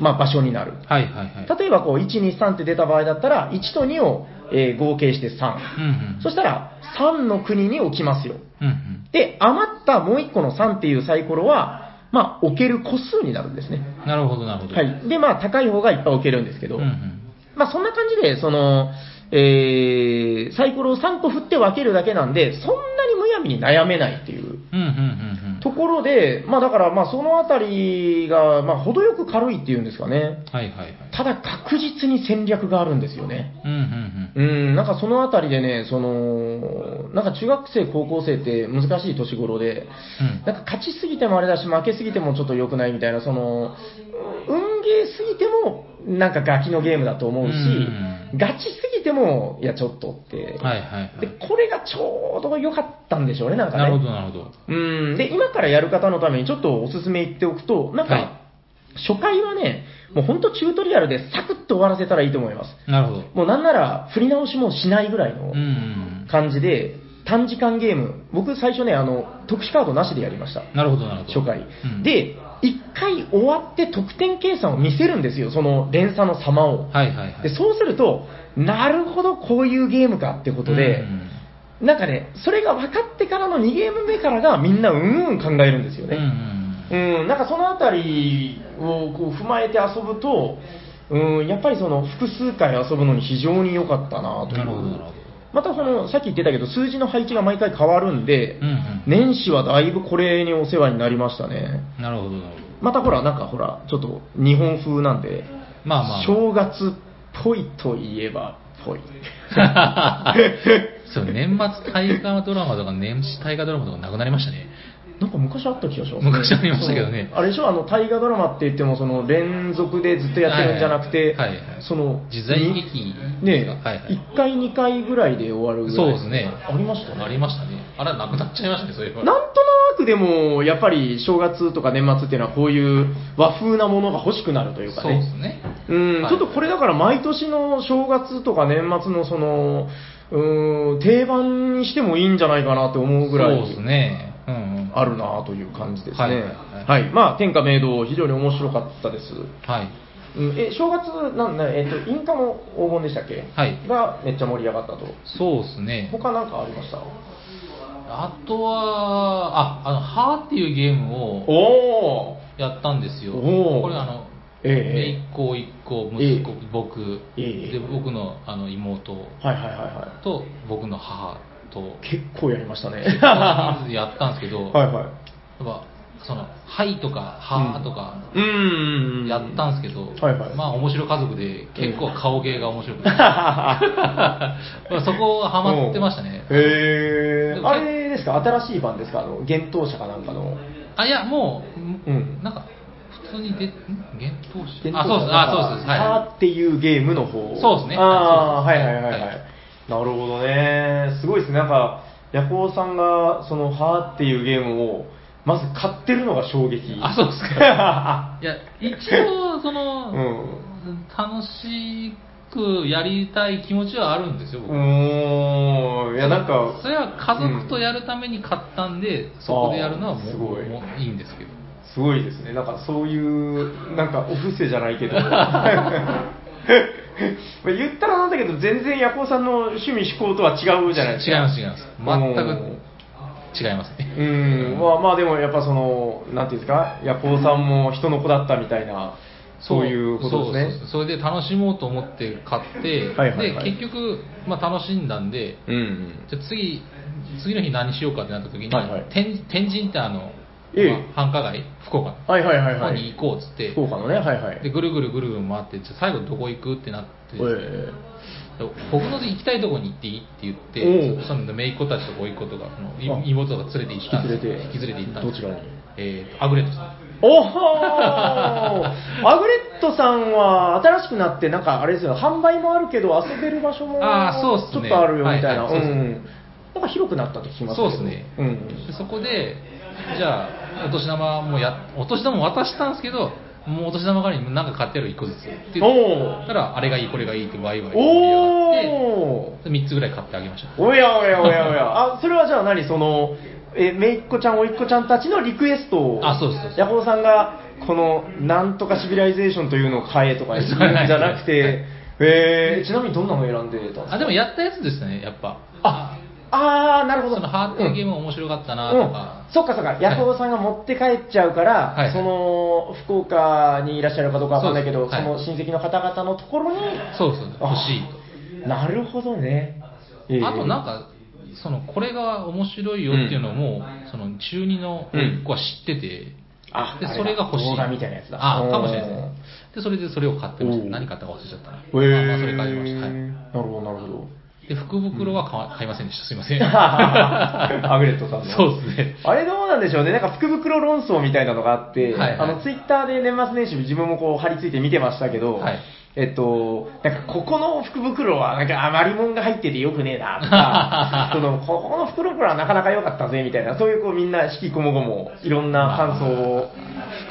S2: まあ、場所になる。
S1: はいはいはい。
S2: 例えばこう、1、2、3って出た場合だったら、1と2を、えー合計して3。
S1: うんうん。
S2: そしたら、3の国に置きますよ。
S1: うんうん。
S2: で、余ったもう1個の3っていうサイコロは、まあ、置ける個数になるんですね。
S1: なるほどなるほど。
S2: は。い。で、まあ、高い方がいっぱい置けるんですけ
S1: う
S2: ど、
S1: んうん。
S2: まあ、そんな感じで、その、えーで、サイコロを3個振って分けるだけなんで、そんなにむやみに悩めないっていう。
S1: うんうんうんうん。
S2: ところで、まあだから、まあそのあたりが、まあ程よく軽いっていうんですかね。
S1: はいはいはい。
S2: ただ確実に戦略があるんですよね。
S1: うんうんうん。
S2: うん、なんかそのあたりでね、その、なんか中学生、高校生って難しい年頃で、
S1: うん
S2: なんか勝ちすぎてもあれだし、負けすぎてもちょっと良くないみたいな、その、運ゲーすぎても、なんかガキのゲームだと思うし、
S1: う
S2: ガチすぎても、いや、ちょっとって。
S1: はいはいは
S2: で、
S1: い。
S2: これがちょうど良かったんでしょうね、なんかね。
S1: なるほどなるほど。
S2: うん、で、今からやる方のためにちょっとおすすめ言っておくと、なんか、
S1: はい
S2: 初回はね、もう本当チュートリアルでサクッと終わらせたらいいと思います。
S1: なるほど。
S2: もうなんなら振り直しもしないぐらいの
S1: うんうん
S2: 感じで、短時間ゲーム、僕最初ね、あの、特殊カードなしでやりまし
S1: う
S2: た。
S1: ん。なるほどなるほど。
S2: 初回
S1: うん。、
S2: で、1回終わって得点計算を見せるんですよ、その連鎖の様を。
S1: はいはいはい。
S2: で、そうすると、なるほど、こういうゲームかってことで、
S1: うん
S2: なんかね、それが分かってからの2ゲーム目からがみんなうんうん考えるんですよ
S1: うんう
S2: ね。
S1: ん
S2: うん、なんかそのあたりをこう踏まえて遊ぶと、うん、やっぱりその複数回遊ぶのに非常に良かったな
S1: うん。
S2: とい
S1: なるほどなる
S2: う。
S1: ほど。
S2: またその、さっき言ってたけど、数字の配置が毎回変わるんで
S1: う、んうん。
S2: 年始はだいぶこれにお世話になりましたね。
S1: なるほどなるほど。
S2: またほら、なんかほら、ちょっと日本風なんで、
S1: まあまあ。
S2: 正月っぽいといえばっ ぽい。
S1: そう、年末大河ドラマとか年始大河ドラマとかなくなりましたね。
S2: なんか昔あった気がします、
S1: 昔ありましたけどね
S2: そうあれでしょ、あの、大河ドラマって言っても、その、連続でずっとやってるんじゃなくて、
S1: はいはいはい
S2: その、
S1: 時代劇
S2: にね、
S1: はいはい
S2: 1回、2回ぐらいで終わるぐらい。
S1: そうですね。
S2: ありましたね。
S1: ありましたね。あれ、なくなっちゃいましたね、そういえば。
S2: なんとなくでも、やっぱり正月とか年末っていうのは、こういう和風なものが欲しくなるというか
S1: そうで
S2: ね。
S1: すね。
S2: うん、
S1: はい
S2: ちょっとこれだから毎年の正月とか年末のその、うん、定番にしてもいいんじゃないかなって思うぐらい。
S1: そうですね。うんうん。
S2: あるなという感じですね。
S1: は
S2: はいい。
S1: はい
S2: まあ、天下明堂、非常に面白かったです。
S1: はい。
S2: うん、え、正月、なんだ、えっ、と、インカも黄金でしたっけ
S1: はい
S2: が、めっちゃ盛り上がったと。
S1: そうですね。
S2: 他なんかありました
S1: あとは、あ、あの、はーっていうゲームを
S2: おお
S1: やったんですよ。
S2: おー
S1: これあの、
S2: え
S1: 一個一個、息子
S2: え、
S1: 僕、
S2: ええ
S1: で、僕のあの妹
S2: えはいはいはいは
S1: と、僕の母 と、
S2: い。結構やりま したね。
S1: や
S2: は
S1: ったんですけ
S2: い
S1: ど、
S2: は
S1: やっぱその「はい」とか「は」とか
S2: い。うん。
S1: やった んですけど、
S2: はいはい
S1: まあ面白家族で結構顔芸が面白く て、まあそこはハマってましたね
S2: うんへ
S1: で
S2: え。
S1: も
S2: あれですか新しい版ですかあの、幻冬舎かなんかの。
S1: あいやもう、
S2: うん
S1: なんか普通にで幻冬
S2: 伝
S1: 者あ
S2: 統
S1: そうですあそうですはい
S2: あーっていうゲームの方
S1: そうですね
S2: ああ、
S1: は
S2: はいい
S1: は
S2: はいい
S1: はい
S2: はい
S1: は
S2: はいい。なるほどね。すごいですね。なんか、ヤコウさんが、その、はーっていうゲームを、まず買ってるのが衝撃。
S1: あそうですか いや一応その、
S2: うん。
S1: 楽しくやりたい気持ちはあるんですよ、僕
S2: うーん。いや、なんか
S1: そ、れは家族とやるために買ったんで、そこでやるのはも
S2: あー
S1: う
S2: すごい
S1: もういいんですけど
S2: すごいですね。なんか、そういう、なんか、お布施じゃないけど。 まあ言ったらなんだけど、全然ヤコウさんの趣味嗜好とは違うじゃないです
S1: 違
S2: か。
S1: います違います
S2: うん
S1: 全く違いますね
S2: うん、まあまあでもやっぱその、なんていうんですか、ヤコウさんも人の子だったみたいな、そういうことです
S1: そうそ
S2: ね。
S1: うそれで楽しもうと思って買って、
S2: はいはいはい
S1: で結局、まあ、楽しんだんで
S2: うんうん。
S1: じゃあ次次の日何しようかってなった時に、
S2: はいはい
S1: 天天神ってあの、
S2: ええ
S1: まあ繁華街福岡の
S2: はいはいはい
S1: 方
S2: は
S1: に
S2: い
S1: 行。こうっつって、
S2: 福岡のね、はいはい。
S1: でぐるぐるぐるぐる回ってじゃあ最後どこ行くってなって、
S2: え
S1: 僕の行きたいとこに行っていいって言って、
S2: おう
S1: その姪っ子たちと甥っ子とか、その
S2: あ
S1: い妹とか連れて行ったんですよ
S2: 引
S1: 引
S2: き連れて
S1: き連れて行ったんですよ
S2: どちらに
S1: えーとアグレットさん。
S2: ー おほーアグレットさんは新しくなって、なんかあれですよ、販売もあるけど、遊べる場所も
S1: あーそうっす
S2: ちょ
S1: ね
S2: っとあるよみたいな、
S1: はいはいそうっすね
S2: うんなんか広くなったと聞きました
S1: そう
S2: けど
S1: っすね
S2: うん、
S1: でそこで、じゃあ、お年玉もや、お年玉も渡したんですけど、もうお年玉代わりに何か買ってやる1個ずつって言
S2: おう
S1: ったら、あれがいい、これがいいってワイワイ盛り上がっ
S2: おー
S1: て、3つぐらい買ってあげました。
S2: おやおやおやおや。あ、それはじゃあ何その、え、めいっ子ちゃん、おいっ子ちゃんたちのリクエストを、
S1: あそうですそうです
S2: ヤホーさんが、この、なんとかシビライゼーションというのを変えとか 言うんじゃなく
S1: はい
S2: て、えー、ちなみにどんなのを選んでたんですか
S1: あ、でもやったやつでしたね、やっぱ。
S2: あ、あー、なるほど。
S1: そのハートのゲーム面白かったなとか
S2: うん、、そっかそっか、ヤコウさんが持って帰っちゃうから、
S1: はい
S2: その福岡にいらっしゃるかどうかわかんないけ
S1: そ
S2: ど、
S1: うで
S2: そ,、
S1: すはい
S2: の親戚の方々のところに、
S1: そうそう、欲しいと。
S2: あなるほどね、ええ
S1: あとなんか、その、これが面白いよっていうのも、その、中二の一個は知ってて、
S2: あ
S1: で
S2: あれだ
S1: それが欲しい。
S2: 動画みたいなやつだ
S1: ああ、かもしれないです
S2: う
S1: ね
S2: ん。
S1: で、それでそれを買ってまし
S2: う
S1: た。
S2: ん
S1: 何買ったか忘れちゃったな。
S2: えー
S1: まあまあ、それ買いました。はい
S2: なるほど、なるほど。
S1: で、福袋は買わ買いませんでした。すいません。
S2: アグレットさんの。
S1: そうですね。
S2: あれどうなんでしょうね、なんか福袋論争みたいなのがあって、
S1: はいはい
S2: あのツイッターで年末年始、自分もこう張り付いて見てましたけど、
S1: はい
S2: えっと、なんかここの福袋はなんか余り物が入っててよくねえな とかその、ここの福袋はなかなか良かったぜみたいな、そういうこうみんな引きこもごも、いろんな感想を、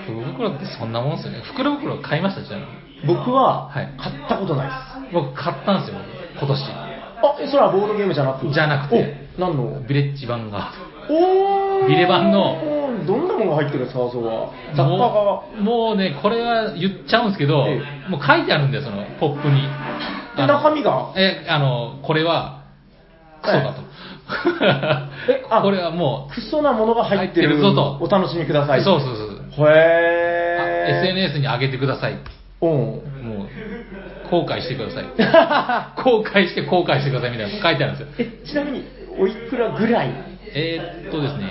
S1: 福袋ってそんなもんですよね。袋袋買いました、ちなみに。
S2: 僕は
S1: はい
S2: 買ったことないです。
S1: 僕買ったんですよ、今年。
S2: あえそれはボードゲームじゃなく
S1: じゃなくて
S2: お何の
S1: ビレッジ版が。
S2: おー
S1: ビレ版の
S2: どんなものが入ってるんですか、そこは。雑貨が
S1: もうもうね、これは言っちゃうんですけど、
S2: え
S1: もう書いてあるんだよ、そのポップに。
S2: で
S1: あの
S2: 中身が
S1: え、あの、これは、クソだと。
S2: え あ
S1: これはも
S2: クソなものが入ってる
S1: 入ってるぞと
S2: お楽しみください。
S1: そうそうそう
S2: そう。
S1: う、あ
S2: へー。。
S1: SNS に上げてください。
S2: うん。
S1: もう、後悔してください。 後悔して後悔してくださいみたいなの書いてあるんですよ。
S2: え、ちなみに、おいくらぐらい
S1: えーっとですね、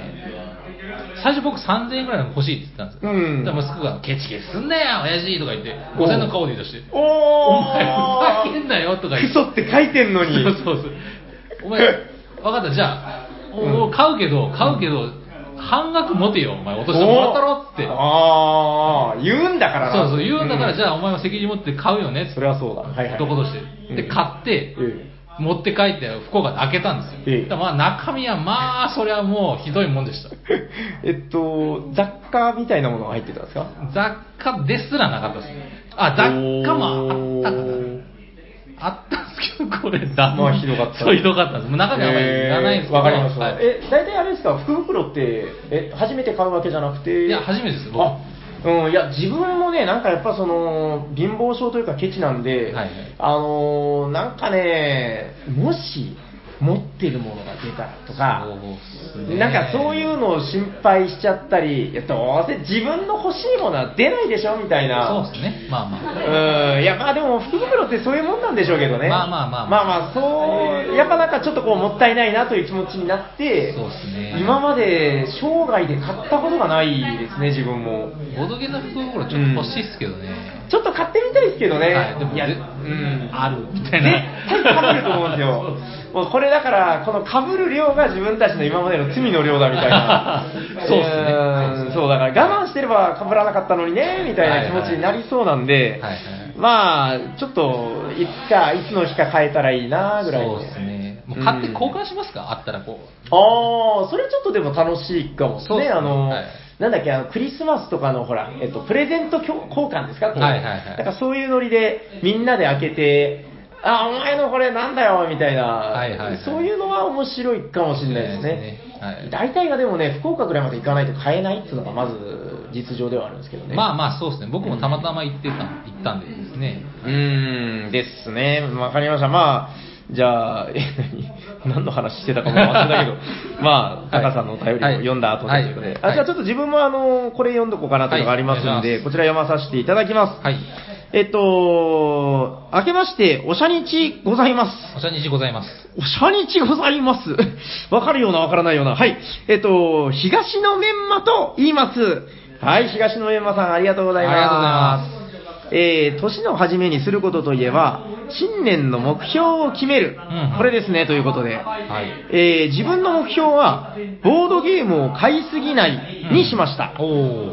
S1: 最初僕3000円ぐらいの欲しいって言ってたんですよ。
S2: うん
S1: だから息子が、ケチケチすんなよ、親父とか言って、5000円の顔で言い出して、
S2: お
S1: お
S2: お
S1: 前ふざけんなよとか言
S2: ク
S1: って。
S2: ソって書いてんの に。
S1: そうそうそう。お前、わかった、じゃあ、お
S2: うん
S1: 買うけど、買うけど、半額持てよ、お前、落としてもらったろって。
S2: おーああ、言うんだから
S1: そ
S2: な
S1: うそう、言うんだから、
S2: ん
S1: じゃあ、お前も責任持って買うよねって
S2: それはそうだ。はいはい。
S1: 男とし
S2: う
S1: て。
S2: ん
S1: で、買って、
S2: え
S1: 持って帰って、福岡で開けたんです
S2: え
S1: よ。
S2: え
S1: だからまあ、中身は、まあ、それはもう、ひどいもんでした。
S2: ええっと、雑貨みたいなものが入ってたんですか
S1: 雑貨ですらなかったですね。あ、雑貨もあったかな。あったんですけど、これ、だ
S2: まあひどかった
S1: そう、ひどかったんです。もう中身はあんまりいらないんですけど。
S2: わかりました、
S1: はい
S2: え大体あれですか福袋ってえ初めて買うわけじゃなくて
S1: いや、初めてです、僕。
S2: あうん、いや自分もね、なんかやっぱその貧乏症というか、ケチなんで、
S1: はいはい
S2: あのーなんかね、もし持ってるものが出たらとか、
S1: そうっすね
S2: なんかそういうのを心配しちゃったり、いやどうせ自分の欲しいものは出ないでしょみたいな、
S1: そうですね。まあまあ。
S2: うんいやまあでも福袋ってそういうもんなんでしょうけどね
S1: まあまあまあ
S2: まあまあそうやっぱなんかちょっとこうもったいないなという気持ちになって
S1: そうっすね
S2: 今まで生涯で買ったことがないですね自分も
S1: ボドゲの福袋ちょっと欲しいっすけどね。
S2: ちょっと買ってみたいですけどね、
S1: はい、でも、
S2: やう
S1: ぜ
S2: ん
S1: あるみたい
S2: 絶
S1: な。
S2: 対かぶると思うんですよもうこれだからこのかぶる量が自分たちの今までの罪の量だみたいな
S1: そうっすね
S2: うんそうだから我慢してればかぶらなかったのにねみたいな気持ちになりそうなんで、
S1: はいはい
S2: まあ、ちょっと、いつか、いつの日か変えたらいいなぐらい
S1: そうですね。もう買って交
S2: 換
S1: 換しますかあったらこ
S2: ああ、それちょっとでも楽しいかもです
S1: そう
S2: ね。
S1: ですね
S2: あの、
S1: はい
S2: なんだっけ、あの、クリスマスとかの、ほら、えっと、プレゼントきょ交換ですかこう
S1: はいはいはい
S2: なんかそういうノリで、みんなで開けて、あ、お前のこれなんだよ、みたいな、
S1: いはいはい
S2: そういうのは面白いかもしれないで
S1: そう
S2: すね。
S1: ですねはい
S2: 大体がでもね、福岡ぐらいまで行かないと買えないっていうのが、まず、実情ではあるんですけど
S1: う。
S2: ね。
S1: まあまあ、そうですね。僕もたまたま行ってた、行ったんでですね。
S2: うーんですね、わかりました、まあ、じゃあ、え 何何の話してたかも忘れた けど、まあ、
S1: はい
S2: タカさんのお便りを読んだ後ということで、
S1: はいはい
S2: あじゃあちょっと自分もあのこれ読んどこうかなというのがあります
S1: はい
S2: ん
S1: お
S2: で、
S1: 願いします
S2: こちら読まさせていただきます。
S1: はい。
S2: えっと、明けまして、おしゃにちございます。
S1: お茶日ございます。
S2: おしゃにちございます。 わかるようなわからないような。はい。えっと、東のメンマと言います。はい、東のメンマさんありがとうございます。
S1: ありがとうございます
S2: えー年の初めにすることといえば、新年の目標を決める。
S1: うん
S2: これですね、ということで。
S1: はい。
S2: えー自分の目標は、ボードゲームを買いすぎないにしました。
S1: お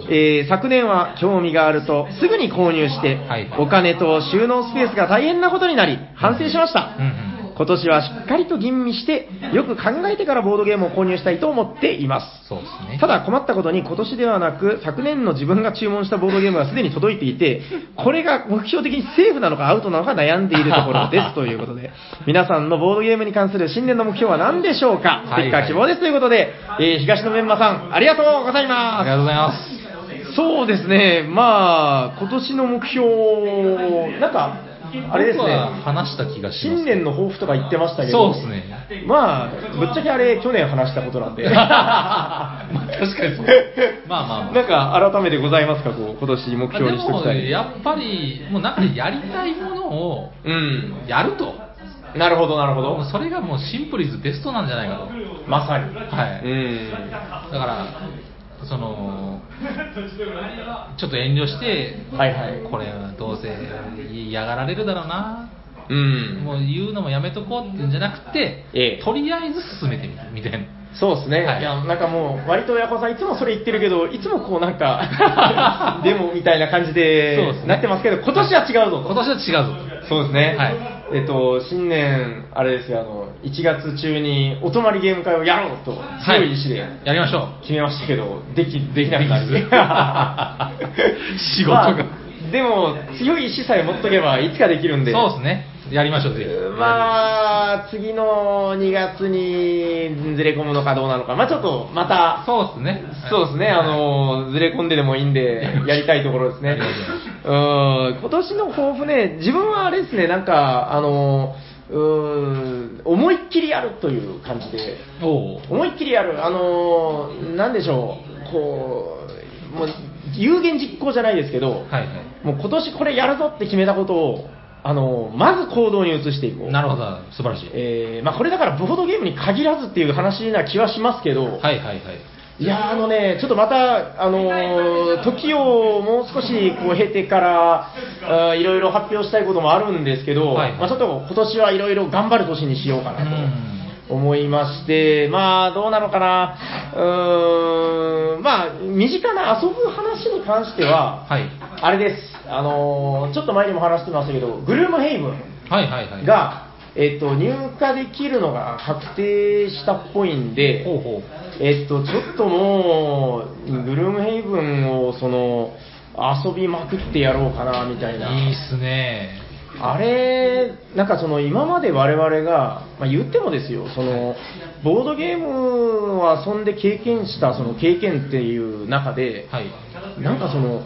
S1: ー。
S2: えー昨年は興味があるとすぐに購入して、
S1: はい
S2: お金と収納スペースが大変なことになり、反省しました。
S1: うんうん。
S2: 今年はしっかりと吟味して、よく考えてからボードゲームを購入したいと思っています。
S1: そうですね。
S2: ただ困ったことに今年ではなく、昨年の自分が注文したボードゲームがすでに届いていて、これが目標的にセーフなのかアウトなのか悩んでいるところですということで、皆さんのボードゲームに関する新年の目標は何でしょうかス
S1: はいはい
S2: テッカー希望ですということで、えー東のメンマさん、ありがとうござい
S1: あ
S2: ま
S1: りが。
S2: す
S1: とうございます。
S2: そうですね、まあ、今年の目標、なんか、あれです
S1: 僕は
S2: ね、
S1: 話した気がします。
S2: 新年の抱負とか言ってましたけ
S1: そう
S2: ど、
S1: ですね。
S2: まあ、ぶっちゃけあれ、去年話したことな んで、
S1: まあ確かにそう。まあまあまあ。
S2: なんか改めてございますか、こう今年目標にしてお
S1: でも
S2: きたい。
S1: やっぱり、もうなんかやりたいものを
S2: うん、
S1: やると。
S2: なるほど、なるほど。
S1: それがもうシンプルイズベストなんじゃないかと。
S2: まさに。
S1: はい。
S2: うん。
S1: だから、その、ちょっと遠慮して、
S2: はいはい
S1: これはどうせ嫌がられるだろうな、
S2: うん。
S1: もう言うのもやめとこうっていうんじゃなくて、
S2: ええ
S1: とりあえず進めてみるみたいな。
S2: そうですね、
S1: はい
S2: い、やなんかもう、割と親子さん、いつもそれ言ってるけど、いつもこうなん か、でもみたいな感じ
S1: そう
S2: で
S1: ですね
S2: なってますけど、今年は違うぞと、
S1: 今年は違うぞ。
S2: そうですね、
S1: は
S2: えっと、新年、あれですよあの、1月中にお泊まりゲーム会をやろうと、
S1: は
S2: 強
S1: い
S2: い意志で
S1: やりましょう。
S2: 決めましたけど、できできなくな
S1: できず 仕事が
S2: まあでも、強い意志さえ持っとけば、いつかできるんで。
S1: そうですね。やりましょう、ぜひ。
S2: まあ、次の2月にずれ込むのかどうなのか、まあ、ちょっとまた、
S1: そうですね。
S2: そうですね、あのずれ込んででもいいんで、やりたいところですね。うーん今年の抱負ね、自分はあれですね、なんか、あのうーん思いっきりやるという感じで、
S1: おう
S2: 思いっきりやる、あのなんでしょう、こう、もう有言実行じゃないですけど、
S1: はいは
S2: もう今年これやるぞって決めたことを、あのまず行動に移していこう。
S1: い。なるほど、素晴らしい。
S2: えーまあ、これだからボードゲームに限らずっていう話な気はしますけど、
S1: はいはいはい。
S2: い、やーあのね、ちょっとまた、あのー時をもう少しこう経て から、あーいろいろ発表したいこともあるんですけど、
S1: はいはい
S2: まあ、ちょっと今年はいろいろ頑張る年にしようか
S1: う
S2: なと。
S1: ん。
S2: 思いまして、まあ、どうなのかな、うーん、まあ、身近な遊ぶ話に関しては、
S1: はい。
S2: あれです、あのーちょっと前にも話してましたけど、グルームヘイブン、
S1: はいはいはい。、
S2: が、えっと、入荷できるのが確定したっぽいんで、
S1: ほうほう。
S2: えっと、ちょっともう、グルームヘイブンをその遊びまくってやろうかなみたいな、
S1: いいっすね。
S2: あれ、なんかその今まで我々が、まあ、言ってもですよ、そのボードゲームを遊んで経験したその経験っていう中で、
S1: はい。
S2: なんかその、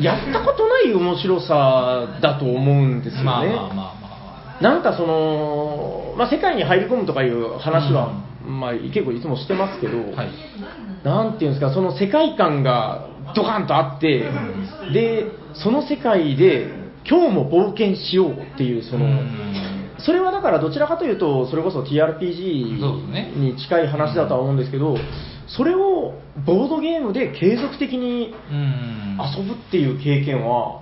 S2: やったことない面白さだと思うんですよね。
S1: まあまあまあま
S2: なんかその、まあ、世界に入り込むとかいう話は、まあ、結構いつもしてますけど、
S1: あ。はい。
S2: なんていうんですか、その世界観がドカンとあって、で、その世界で、今日も冒険しようっていう、その、
S1: うん
S2: それはだからどちらかというと、それこそ
S1: そうですね
S2: TRPG に近い話だとは思うんですけど、それをボードゲームで継続的に
S1: うん。
S2: 遊ぶっていう経験は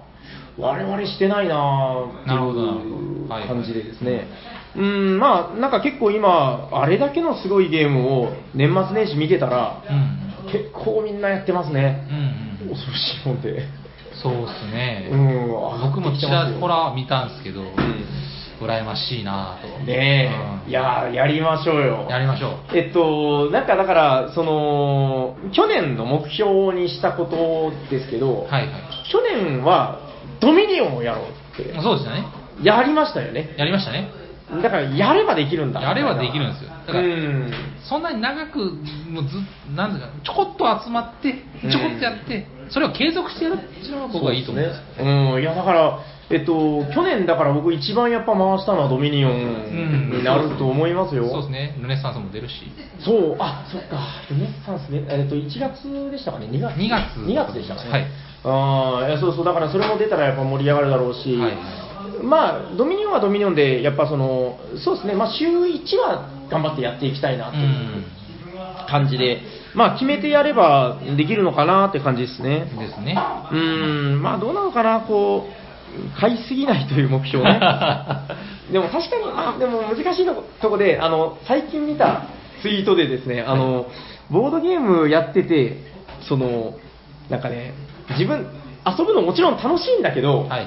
S2: 我々してないなあって
S1: なるほどなるほ
S2: いう
S1: どはい
S2: 感じでですねうんまあなんか結構今あれだけのすごいゲームを年末年始見てたら
S1: うん。
S2: 結構みんなやってますね
S1: うんうん。
S2: 恐ろしいもんで
S1: そうっすね。
S2: うん
S1: 僕もちらほら見たんですけど、
S2: ん
S1: 羨ましいなぁと。
S2: ねえ、
S1: うん
S2: いやあやりましょうよ
S1: やりましょう。
S2: えっと、なんかだから、その、去年の目標にしたことですけど、
S1: はいはい。
S2: 去年はドミニオンをやろうって
S1: そうでしたね。
S2: やりましたよね。
S1: やりましたね。
S2: だから、やればできるんだ。
S1: やればできるんですよだから
S2: うん。
S1: そんなに長く、もうずなんですか、ちょこっと集まって、ちょこっとやって、それを継続してやるっていうのが僕はいいと思うんですよ。
S2: うん、いや、だから、えっと、去年だから僕一番やっぱ回したのはドミニオンになると思いますよ。
S1: そうですね。ルネッサンスも出るし。
S2: そう、あ、そっか、ルネッサンスね、えっと、1月でしたかね、2月。
S1: 2月
S2: 2月でしたかね。
S1: はい
S2: あーいやそうそう、だからそれも出たらやっぱ盛り上がるだろうし、
S1: はい
S2: まあ、ドミニオンはドミニオンで、やっぱその、そうですね、まあ、週1は頑張ってやっていきたいな
S1: う。
S2: というん感じで、まあ、決めてやればできるのかなって感じですね。
S1: ですね。
S2: うーん、まあ、どうなのかな、こう、買いすぎないという目 標ね。でも確かに、あでも難しいとことこで、あの最近見たツイートでですね、あのボードゲームやってて、そのなんかね、自分、遊ぶのもちろん楽しいんだけど、
S1: はいはい。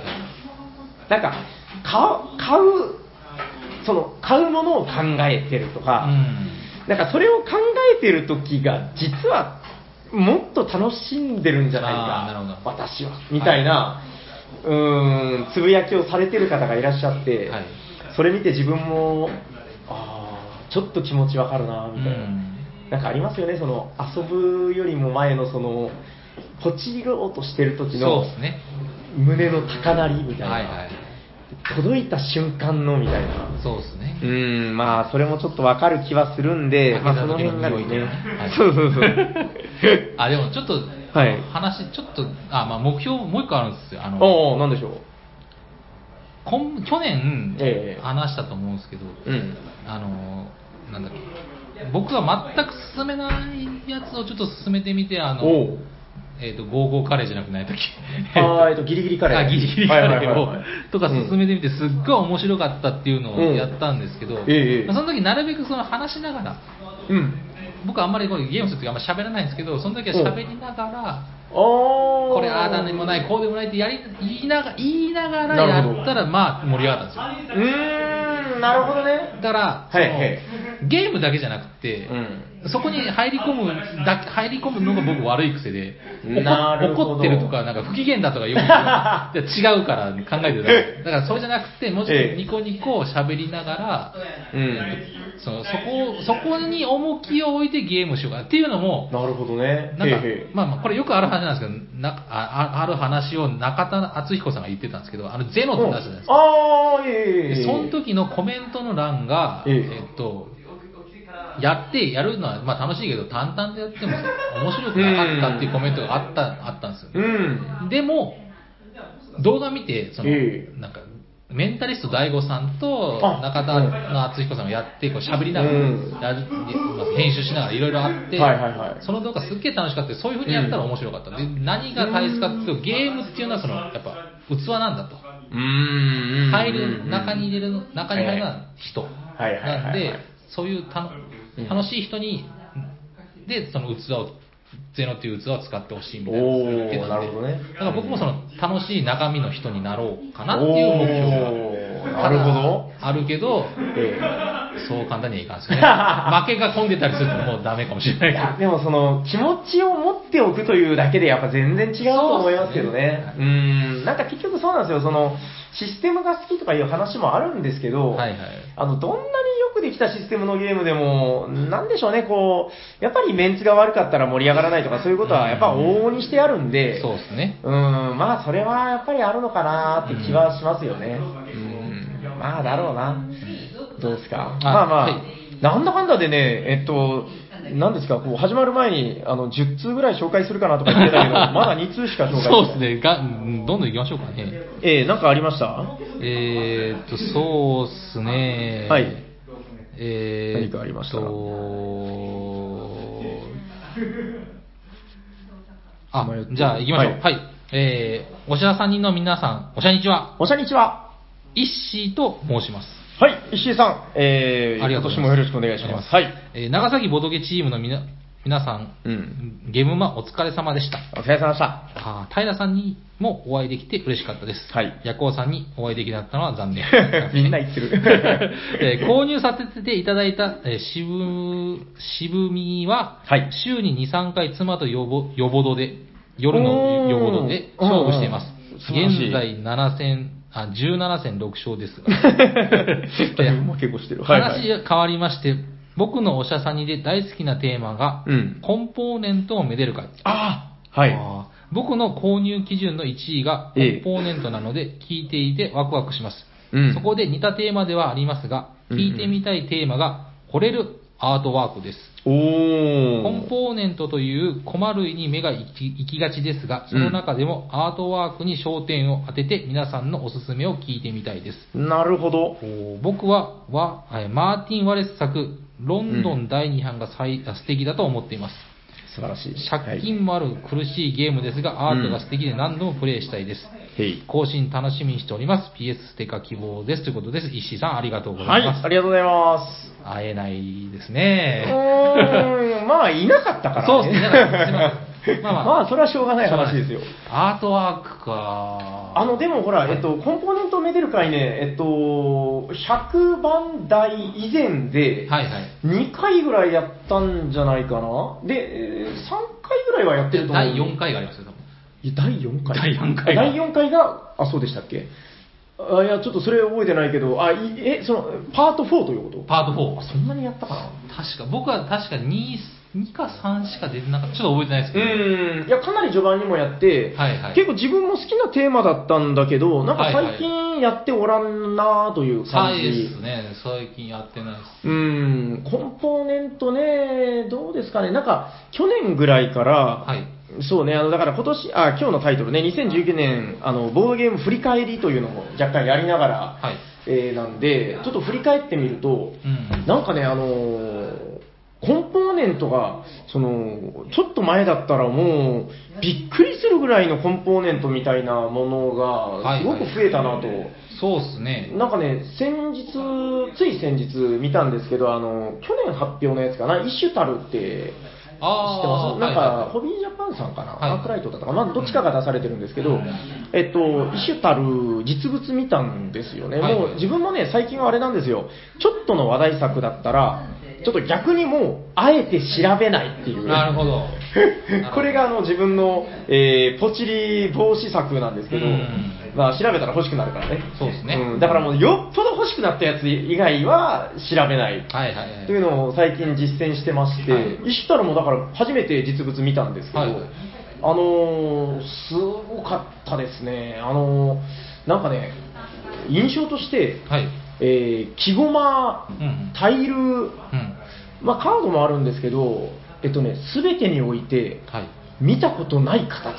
S2: なんか買う買う、その買うものを考えてるとか、なんかそれを考えてる時が実はもっと楽しんでるんじゃない
S1: あーなるほど
S2: か私はみたいな、うーんつぶやきをされてる方がいらっしゃって、
S1: はい
S2: それ見て自分もああちょっと気持ちわかるな
S1: う
S2: みたいな、
S1: ん。
S2: なんかありますよねその遊ぶよりも前のそのポチろうとしてる時
S1: そう
S2: の
S1: ですね。
S2: 胸の高鳴りみたいな、
S1: はいはい。
S2: 届いた瞬間のみたいな
S1: そうですね
S2: う。ん、まあ、それもちょっとわかる気はするん で、まあ、その辺がですね
S1: はい。
S2: そうそうそう。
S1: あ、でもちょっと、
S2: はい
S1: 話、ちょっと、あ、まあ目標もう一個あるんですよ。あの、
S2: おお、なんでしょう。
S1: こん去年
S2: ええ
S1: 話したと思うんですけど、
S2: うん。
S1: あのーなんだっけ僕は全く進めないやつをちょっと進めてみてあの
S2: おう
S1: えーとゴーゴーカレーじゃなくないとき
S2: あ ーえっとギリギリカレー
S1: あギリギリカレーを
S2: はいはいはい
S1: とか進めてみてすっごい面白かったっていうのをやったんですけど、
S2: うんええ
S1: まあその時なるべくその話しながら
S2: うん。
S1: 僕あんまりこれゲームする時あんま喋らないんですけどその時は喋りながら
S2: あー。
S1: これああだでもないこうでもないってやり言いなが言いながら
S2: な
S1: や
S2: るほど
S1: ったらまあ盛り上がったんで
S2: うーん、なるほどね。
S1: すよだから、
S2: はいはい
S1: そのゲームだけじゃなくて、
S2: うん。
S1: そこに入り込むだけ入り込むのが僕悪い癖で
S2: なるほど
S1: 怒ってるとかなんか不機嫌だとかよく言ういや違うから考えてるだけだからそれじゃなくてもうちょっ
S2: ええ
S1: とニコニコ喋りながら
S2: うん。
S1: そのそこをそこに重きを置いてゲームしようかなっていうのも
S2: なるほどね。
S1: なんか
S2: へえへえ
S1: まあまあこれよくある話なんですけどなああある話を中田敦彦さんが言ってたんですけどあのゼノって話じゃないですか
S2: ああ、いえいえいえ。
S1: でその時のコメントの欄が、
S2: え
S1: え
S2: え
S1: っと、やって、やるのは、まあ、楽しいけど、淡々とやっても面白くなかったっていうコメントがあったあったんですよ
S2: う
S1: ね、
S2: ん。
S1: でも、動画見て、その
S2: え
S1: なんかメンタリスト DAIGO さんと
S2: あ
S1: 中田の敦彦さんがやって、こう喋りながら、
S2: うん
S1: やるまあ編集しながらいろいろあって、
S2: はいはいはい
S1: その動画すっげえ楽しかったそういうふうにやったら面白かった、で何が大切かっていうと、ゲームっていうのはそのやっぱ器なんだと。
S2: うん
S1: 入る中に入れるの中に入るのは人
S2: いはいはいはい
S1: なんでそういうたの
S2: うん
S1: 楽しい人にでその器をゼノっていう器を使ってほしいみたいな
S2: お
S1: 言ってた
S2: ー、
S1: んで
S2: なるほどね。
S1: だから僕もその楽しい中身の人になろうかなっていう目
S2: お
S1: 標
S2: ー
S1: が
S2: なるほ
S1: あるけど
S2: ど。ええ
S1: そう簡単にはいかんですよね 負けが込んでたりするともうダメかもしれない
S2: いや
S1: け
S2: でもその気持ちを持っておくというだけでやっぱ全然違うと思いますけどね
S1: そうっすね
S2: うーんなんか結局そうなんですよそのシステムが好きとかいう話もあるんですけ
S1: ど
S2: ど、
S1: はいはい
S2: あのどんなによくできたシステムのゲームでもなんでしょうねこうやっぱりメンツが悪かったら盛り上がらないとかそういうことはやっぱ往々にしてあるんで、
S1: そうですね
S2: うーん、まあそれはやっぱりあるのかなーって気はしますよね。うん、まあだろうな。どうですか。
S1: あ
S2: まあまあ、
S1: はい
S2: なんだかんだでね、えっと、なんですか、こう始まる前にあの10通ぐらい紹介するかなとか言って たけど、まだ2通しか紹介してな
S1: そ
S2: い。
S1: うですねがうんどんどんいきましょうかね
S2: えー、なんかありました
S1: えーっと、そうっすね。
S2: はい
S1: えーっと
S2: 何かありました
S1: あ
S2: 迷って、
S1: じゃあ行きましょう。
S2: は
S1: はいい。えー、おしゃさん人の皆さん、おしゃにちは。
S2: おしゃにちは。
S1: イッシーと申します。
S2: はい、石井さん、えー、
S1: ありがとうございます
S2: 今年もよろしくお願いします。はい。
S1: えー長崎ボドゲチームのみな皆さん、
S2: うん。
S1: ゲームマお疲れ様でした。
S2: お疲れ様で した。
S1: あー平さんにもお会いできて嬉しかったです。
S2: はい
S1: 夜行さんにお会いできなかったのは残 念。
S2: みんな言ってる。
S1: えー購入させていただいた、えー渋、渋みは、
S2: はい
S1: 週に2、3回妻とよぼ、よぼどで、夜
S2: おー
S1: のよぼどで勝負しています
S2: うんうん。素晴らしい
S1: 現在7戦、あ、17戦6勝ですが。
S2: だいぶもう結構してる。はい、は
S1: 話
S2: い。
S1: が変わりまして、僕のおしゃさにで大好きなテーマが、
S2: うん。
S1: コンポーネントをめでる会。
S2: ああはい。
S1: あー僕の購入基準の1位がコ
S2: ええ
S1: ンポーネントなので、聞いていてワクワクします。
S2: うん
S1: そこで似たテーマではありますが、
S2: うん
S1: 聞いてみたいテーマが、惚れるアートワークです。
S2: おー。
S1: コンポーネントというコマ類に目が行き行きがちですが、その中でもアートワークに焦点を当てて皆さんのおすすめを聞いてみたいです。
S2: なるほど。
S1: お僕はわえーマーティン・ワレス作、ロンドン第2版が最、あ素敵だと思っています。
S2: 素晴らしい。
S1: 借金もある苦しいゲームですが、アートが素敵で何度もプレイしたいです。
S2: へい。
S1: 更新楽しみにしております。PS ステカ希望です。ということです。石井さん、ありがとうござ
S2: はい
S1: ます。
S2: い、ありがとうございます。
S1: 会えないです
S2: う
S1: ね。
S2: ーん、まあ、いなかったからね。
S1: そうですねだからすいません
S2: ま
S1: ま
S2: あ
S1: あ
S2: ま
S1: ま
S2: あ
S1: あ、
S2: それはしょうがない話ですよ。
S1: アートワークか。
S2: あの、でもほら、えっと、コンポーネントをめでる会ね、えっと、100番台以前で、
S1: はいはい。
S2: 2回ぐらいやったんじゃないかな。で、えー3回ぐらいはやってると思う。
S1: 第4回がありますよ、多分
S2: いや第4回
S1: 第四回が
S2: 第四回があそうでしたっけあいやちょっとそれ覚えてないけどあいえそのパート4ということ
S1: パート
S2: あ
S1: 4。
S2: そんなにやったかな
S1: 確か、僕は確か2、2か3しか出てなかった。ちょっと覚えてないです
S2: う
S1: けど。
S2: ーんいやかなり序盤にもやって、
S1: はいはい
S2: 結構自分も好きなテーマだったんだけどなんか
S1: はいはい
S2: 最近やっておらんなという
S1: さ
S2: 感
S1: い
S2: じ、
S1: ですね。最近やってないです。
S2: うーんコンポーネントね、どうですかね、なんか去年ぐらいから、
S1: はい
S2: そうね、あのだから今年あ今日のタイトルね、2019年あの、ボードゲーム振り返りというのも若干やりながら、
S1: はい
S2: えーなんで、ちょっと振り返ってみると、
S1: うん
S2: なんかね、あのーコンポーネントがその、ちょっと前だったらもう、びっくりするぐらいのコンポーネントみたいなものが、
S1: はい
S2: すごく増えたなと。
S1: そうっすね。
S2: なんかね、先日、つい先日見たんですけど、あの、去年発表のやつかな、イシュタルって、知って
S1: あ
S2: ま
S1: あ、
S2: すなんか、
S1: はい
S2: ホビージャパンさんかな、
S1: はい
S2: アークライトだったかな、まあ、どっちかが出されてるんですけど、
S1: うん
S2: えっと、イシュタル、実物見たんですよね、
S1: はい
S2: もう自分もね、最近はあれなんですよ、ちょっとの話題作だったら、ちょっと逆にもう、あえて調べないっていう。。
S1: なるほど
S2: これがあの自分の、えーポチリ防止策なんですけど
S1: うん、
S2: まあ、調べたら欲しくなるからね、
S1: そうですね
S2: んだからもう、よっぽど欲しくなったやつ以外は調べない
S1: はいはいはい。
S2: というのを最近実践してまして、
S1: はい
S2: 石太郎もだから初めて実物見たんですけど、
S1: はい
S2: あのーすごかったですね、あのーなんかね、印象として、
S1: はい。
S2: えー木駒
S1: う、ん。
S2: タイル、
S1: うん。
S2: まあ、カードもあるんですけど、えっとね、すべてにおいて
S1: はい。
S2: 見たことない形。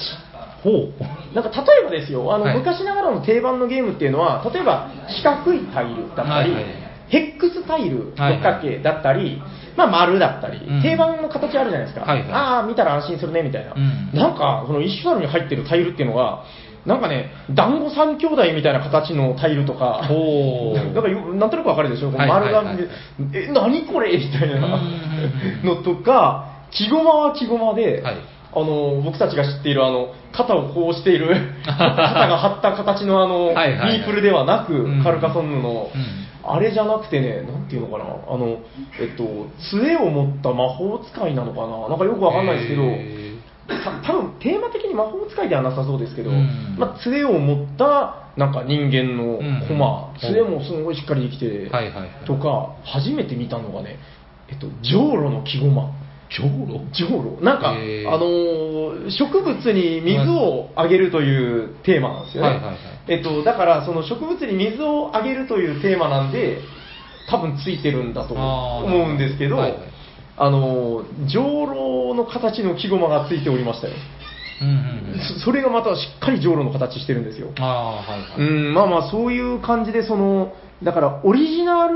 S1: ほう。
S2: なんか例えばですよあの、
S1: はい
S2: 昔ながらの定番のゲームっていうのは例えば四角いタイルだったり、
S1: はいはい
S2: ヘックスタイル六角形だったり、まあ、丸だったり、
S1: うん
S2: 定番の形あるじゃないですか、
S1: はいはい
S2: ああ見たら安心するねみたいな、
S1: うん
S2: なんかその一種類に入ってるタイルっていうのがなんかね団子三兄弟みたいな形のタイルとか
S1: ほう。
S2: なんかよなんとなくわかるでしょ、こう
S1: はい
S2: 丸が、
S1: はいはい
S2: え、何これみたいな
S1: うん
S2: のとか、木駒は木駒で、
S1: はい
S2: あの僕たちが知っているあの肩をこうしてい る、肩が張った形のあの
S1: はいはいはい
S2: ミープルではなく、
S1: うん
S2: カルカソンヌの、
S1: う
S2: あれじゃなくてね、なんていうのかな、あのえっと、杖を持った魔法使いなのかな、なんかよくわかんないですけど。
S1: へ
S2: た多分テーマ的に魔法使いではなさそうですけど、
S1: うん
S2: まあ、杖を持ったなんか人間の
S1: うん
S2: 駒、
S1: うん
S2: 杖もすごいしっかり生きて、
S1: はいはいはい
S2: とか初めて見たのがね、えっと、ジョウロの木駒
S1: ー。上路
S2: ジョウロなんか、
S1: へー
S2: あのー植物に水をあげるというテーマなんですよね、
S1: はいはいはい
S2: えっと、だからその植物に水をあげるというテーマなんで多分ついてるんだと
S1: あー
S2: 思うんですけど
S1: はいはい
S2: あのー上炉の形の木駒がついておりましたよ
S1: うんうんうん。
S2: そそれがまたしっかり上炉の形してるんですよ
S1: ああー、はいは
S2: う
S1: い。
S2: んまあまあそういう感じでそのだからオリジナ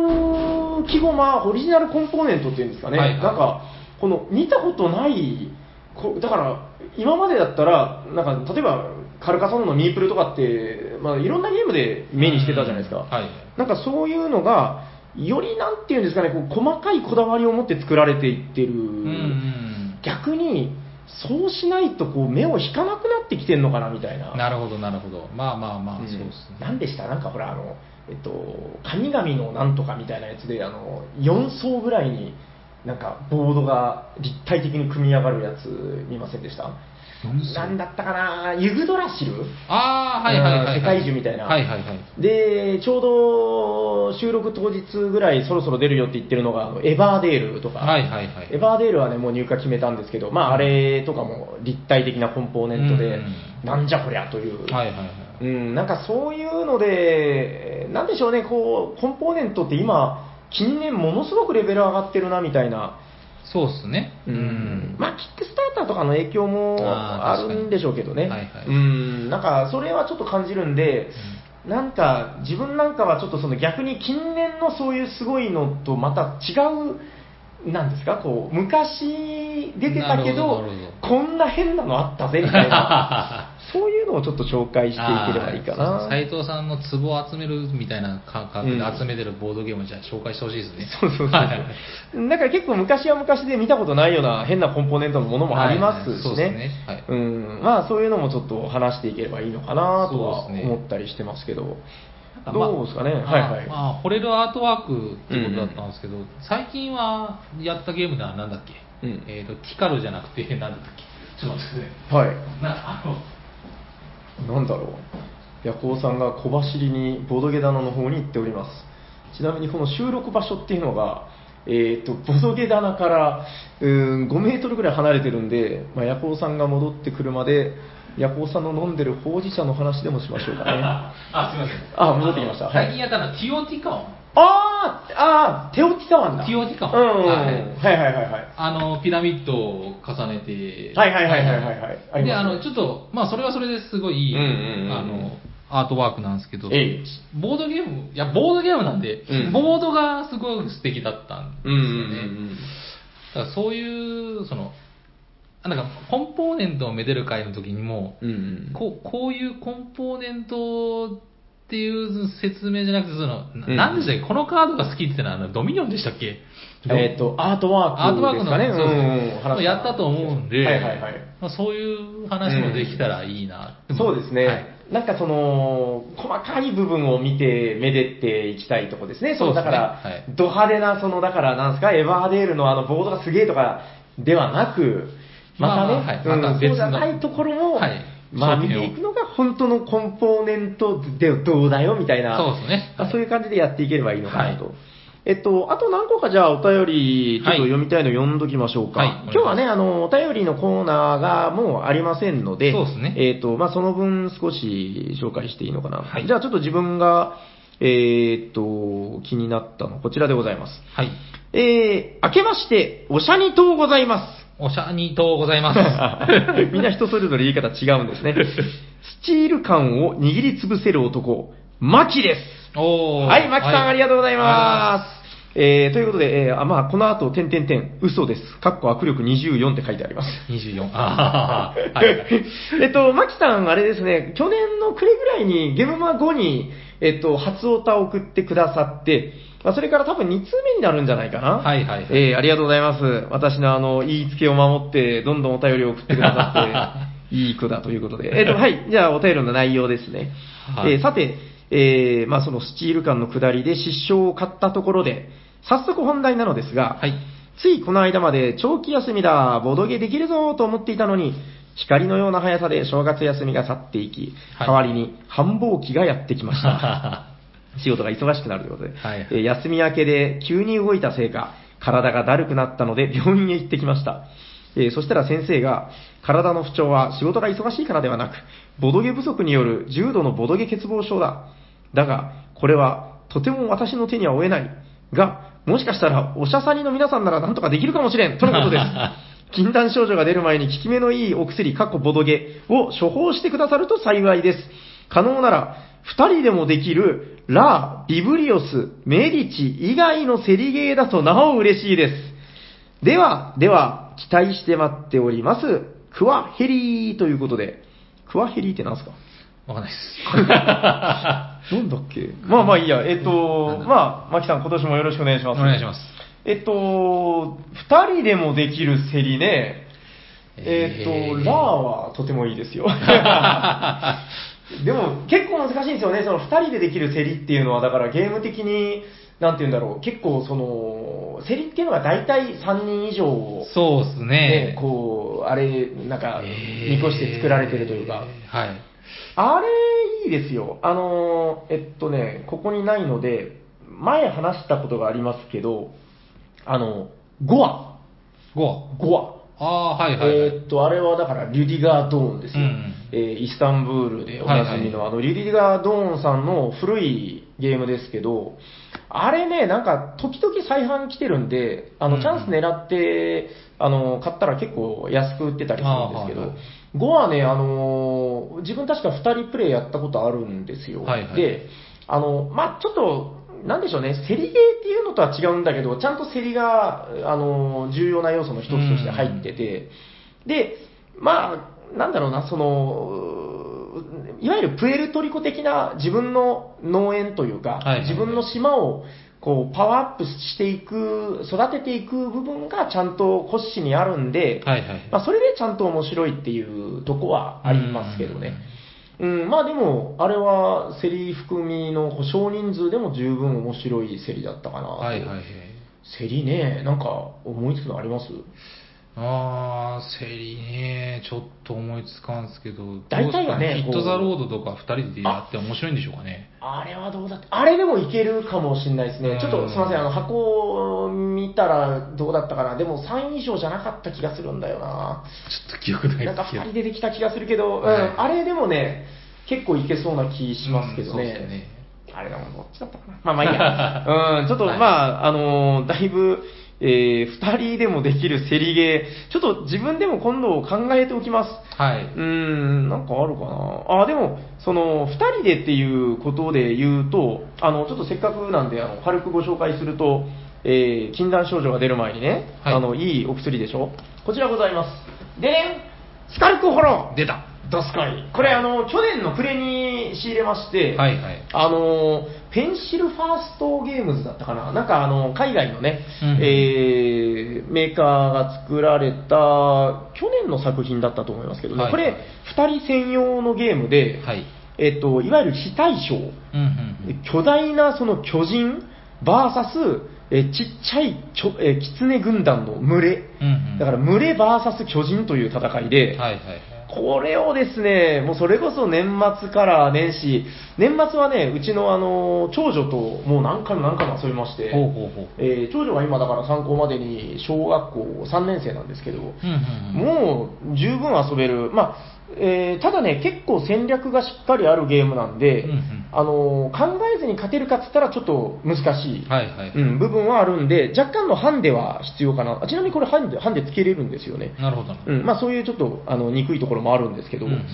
S2: ル記号まあオリジナルコンポーネントっていうんですかね、
S1: はいはい
S2: なんかこの見たことないこだから今までだったらなんか例えばカルカソンヌのミープルとかって、まあ、いろんなゲームで目にしてたじゃないですか、
S1: うんはい
S2: なんかそういうのがよりなんていうんですかねこう細かいこだわりを持って作られていってる、
S1: うんうん。
S2: 逆にそうしないとこう目を引かなくなってきてるのかなみたいな
S1: なるほど、なるほど。まあまあまあ、そうっすね。
S2: 何でしたなんかほらあの、えっと、神々のなんとかみたいなやつであの4層ぐらいになんかボードが立体的に組み上がるやつ見ませんでした
S1: 四層
S2: なんだったかなユグドラシル
S1: ああ、はいはいはいはい。
S2: 世界樹みたいな
S1: はいはいはい。
S2: でちょうど収録当日ぐらいそろそろ出るよって言ってるのがあのエバーデールとか、
S1: はいはいはい。
S2: エバーデールはねもう入荷決めたんですけど、まあ、あれとかも立体的なコンポーネント
S1: う
S2: で、
S1: ん
S2: なんじゃこりゃという、
S1: はいはいはい。
S2: うん、なんかそういうので、なんでしょうね、こうコンポーネントって今、近年、ものすごくレベル上がってるなみたいな、
S1: そうっすね。うん。
S2: まあ、キックスターターとかの影響もあ
S1: あー確かに
S2: るんでしょうけど
S1: は
S2: ね、
S1: いはい
S2: うん、なんかそれはちょっと感じるんで、なんか自分なんかはちょっとその逆に近年のそういうすごいのとまた違う、なんですか、こう昔出てたけ
S1: なるほ
S2: ど
S1: どなる
S2: こんな変なのあったぜみたい な。そういうのをちょっと紹介していければいいかな。
S1: 斎藤さんの壺を集めるみたいな感覚
S2: う
S1: で
S2: ん
S1: 集めてるボードゲームをじゃあ紹介してほしいですね。
S2: そうそうそう
S1: はい
S2: そう。だから結構昔は昔で見たことないような変なコンポーネントのものもありま
S1: はい
S2: すし
S1: はいそうです
S2: ね
S1: ねはい。
S2: うん。まあそういうのもちょっと話していければいいのかなとは
S1: そうですね
S2: 思ったりしてますけど。
S1: まあ
S2: どうですかね。はいは
S1: ま
S2: い。
S1: あ、まあ、惚れるアートワークってことだったんですけど、最近はやったゲームではなんだっけ、
S2: うん
S1: えっ、と、キカルじゃなくて、 なんだったっけちょっと待ってくださいね。
S2: はい。
S1: なあの、
S2: なんだろう。ヤコウさんが小走りにボドゲ棚の方に行っております。ちなみにこの収録場所っていうのが、えー、とボドゲ棚からうーん5メートルぐらい離れてるんで、まあ、ヤコウさんが戻ってくるまで、ヤコウさんの飲んでるほうじ茶の話でもしましょうか ね。
S1: あ、すみません。
S2: あ戻ってきましたはい
S1: 最近やったのはティオティカオン。
S2: あーあーテオティカワンだ
S1: テオティカ
S2: う
S1: ワン
S2: んうんうん、
S1: は
S2: はいい、はいはいはいはい
S1: あのピラミッドを重ねて、
S2: はいはいはいはいはいありますね
S1: であのちょっと、まあ、それはそれですごい、
S2: うんうんうん
S1: あのアートワークなんですけど、
S2: ええ
S1: ボードゲーム、いや、ボードゲームなんで、
S2: うん
S1: ボードがすごい素敵だったんです
S2: う
S1: よ
S2: ん
S1: ね。
S2: うん
S1: だからそういう、その、あなんか、コンポーネントをめでる会の時にも、
S2: うんうん
S1: こうこういうコンポーネントっていう説明じゃなくて、その、な
S2: うん
S1: なんでしたっけ、このカードが好きってのはあのドミニオンでしたっけ
S2: えっ、とアートワ
S1: ア
S2: ー
S1: ー
S2: ク
S1: トワー
S2: で
S1: ク
S2: す
S1: の、
S2: かね
S1: そう
S2: うんうん話
S1: やったと思うんで、
S2: はいはいはい
S1: まあ、そういう話もできたらいいな、
S2: そうですね、
S1: はい
S2: なんかその細かい部分を見て、めでていきたいとこですね、
S1: そ
S2: そ
S1: う
S2: の
S1: です
S2: だ
S1: ね
S2: から、
S1: はい
S2: ド派手な、そのだから、なんですか、エバーデールのあのボードがすげえとかではなく、またね、
S1: まあまあはい
S2: うん
S1: また別の
S2: そうじゃないところも、
S1: はい
S2: まあ、
S1: 商
S2: 見
S1: 品を
S2: ていくのが本当のコンポーネントでどうだよみたいな、
S1: そうですね
S2: まあそういう感じでやっていければいいのかなと。
S1: は
S2: えっと、あと何個かじゃあお便り、ちょっと読みたいの読んどきましょうか。
S1: はい
S2: 今日はね、あの、お便りのコーナーがもうありませんので、
S1: そうですね
S2: えっ、と、まあ、その分少し紹介していいのかな。
S1: はい
S2: じゃあちょっと自分が、えっ、と、気になったの、こちらでございます。
S1: はい。
S2: えー、明けまして、おしゃにとうございます。
S1: おしゃにとうございます。
S2: みんな人それぞれ言い方違うんですね。スチール感を握りつぶせる男、マキです。
S1: おー
S2: はい、マキさん、ありがとうござい
S1: あ
S2: ます。えー、ということで、えーあまあ、この後、点点点、嘘です。かっこ握力24って書いてあります。
S1: りがとうございます。24。あーはいはい。
S2: えっと、マキさん、あれですね、去年の暮れぐらいに、ゲムマ後に、えっと、初オタを送ってくださって、まあ、それから多分2通目になるんじゃないかな。
S1: はいはいはい
S2: えーありがとうございます。私のあの、言いつけを守って、どんどんお便りを送ってくださ って、いい子だということで。えっと、はい、じゃあお便りの内容ですね。
S1: はい
S2: えーさて、えーまあ、そのスチール感の下りで失笑を買ったところで、早速本題なのですが、
S1: はい。
S2: ついこの間まで長期休みだ、ボドゲできるぞと思っていたのに、光のような速さで正月休みが去っていき、
S1: はい
S2: 代わりに繁忙期がやってきました。仕事が忙しくなるということで、
S1: はい
S2: えー休み明けで急に動いたせいか、体がだるくなったので 病院へ行ってきました。えーそしたら先生が、体の不調は仕事が忙しいからではなく、ボドゲ不足による重度のボドゲ欠乏症だ。だが、これはとても私の手には負えない。が、もしかしたらおしゃさにの皆さんならなんとかできるかもしれん。とのことです。禁断症状が出る前に効き目のいいお薬、かっこボドゲを処方してくださると幸いです。可能なら、二人でもできる、ラー、ビブリオス、メディチ以外のセリゲーだとなお嬉しいです。では、では、期待して待っております。クワヘリーということで。クワヘリーって何 すか
S1: わかんないです。
S2: なんだっけまあまあいいや。えっ
S1: なん
S2: と
S1: だ、
S2: まあ、マキさん今年もよろしくお願いし
S1: お
S2: ます。
S1: 願いします。
S2: えっと、二人でもできるセリね。えっと、ラーはとてもいいですよ。 でも結構難しいんですよね、その2人でできる競りっていうのは、だからゲーム的に、なんて言うんだろう、結構その、競りっていうのは大体3人以上を、
S1: そうです
S2: ね
S1: ね。
S2: こう、あれ、なんか、
S1: えー
S2: 見越して作られてるというか、
S1: はい。
S2: あれ、いいですよ。あの、えっとね、ここにないので、前話したことがありますけど、あの、5話、
S1: 5。
S2: 5話。
S1: ああ、はいはいはい。
S2: えーっと、あれはだから、リュディガー・ドーンですよ、
S1: うん
S2: えーイスタンブールでおなじみの、
S1: は
S2: あの、リュディガー・ドーンさんの古いゲームですけど、あれね、なんか、時々再販来てるんで、あ
S1: う
S2: の、
S1: ん
S2: チャンス狙って、あの、買ったら結構安く売ってたりするんですけど、
S1: あーはいはい
S2: 5はね、あのー自分確か2人プレイやったことあるんですよ。
S1: はいはい
S2: で、あの、まあちょっと、なんでしょうね、セリゲーっていうのとは違うんだけど、ちゃんとセリが、あの、重要な要素の一つとして入ってて、で、まあなんだろうな、その、うーいわゆるプエルトリコ的な自分の農園という
S1: は
S2: か、
S1: いはい
S2: 自分の島をこうパワーアップしていく、育てていく部分がちゃんと骨子にあるんで、
S1: はいはい。
S2: まあ、それでちゃんと面白いっていうとこはありますけどね。うん、まあでも、あれはセリ含みの少人数でも十分面白いセリだったかな。
S1: はいはいはい。
S2: セリね、なんか思いつくのあります
S1: ああ、セリね、ちょっと思いつかんすけど、
S2: 大体はね
S1: どうですかヒット・ザ・ロードとか2人でやって面白いんでしょうかね。
S2: あれはどうだって、あれでもいけるかもしれないです
S1: う
S2: ね
S1: ん。
S2: ちょっとすみません、あの箱を見たらどうだったかな。でも3以上じゃなかった気がするんだよな。
S1: ちょっと記憶ないで
S2: なんか
S1: すけ
S2: 2
S1: ど
S2: 人。でできた気がするけど、うん
S1: はい
S2: あれでもね、結構いけそうな気しますけどね。
S1: うんそうですね
S2: あれだもん、どっちだったかな。まあまあいい や。うん、ちょっと、まあ、あのーだいぶ、えー、二人でもできるセリゲー、ちょっと自分でも今度考えておきます。
S1: は
S2: う
S1: い。
S2: ーん、なんかあるかな。あ、でも、その、二人でっていうことで言うと、あの、ちょっとせっかくなんで、あの、軽くご紹介すると、えー禁断症状が出る前にね、
S1: はい
S2: あの、いいお薬でしょこちらございます。でねん、スカルクホロ
S1: 出た。
S2: ドスカイ。これ、あの、去年の暮れに仕入れまして、
S1: はいはい。
S2: あのペンシルファーストゲームズだったかな、なんかあの海外のね、
S1: うん
S2: えーメーカーが作られた去年の作品だったと思いますけどね、
S1: はい
S2: これ、2人専用のゲームで、
S1: はい。
S2: えっと、いわゆる非対称、
S1: うんうんうん。
S2: 巨大なその巨人 VS えーちっちゃいちょえー狐軍団の群れ、
S1: うんうん。
S2: だから群れ VS 巨人という戦いで。
S1: はいはいはい。
S2: これをですね、もうそれこそ年末から年始、年末はね、うちのあの長女ともう何回も何回も遊びまして、
S1: ほうほうほう。
S2: えー長女が今だから参考までに小学校3年生なんですけど、
S1: うんうんうん。
S2: もう十分遊べる、まあえーただね、結構戦略がしっかりあるゲームなんで、
S1: うんうん
S2: あのー考えずに勝てるかっつったらちょっと難しい、
S1: はいはい。
S2: うん、部分はあるんで、若干のハンデは必要かな、あちなみにこれハンデ、ハンデつけれるんですよね。
S1: なるほどな。
S2: うんまあ、そういうちょっとあの憎いところもあるんですけど、
S1: うんうん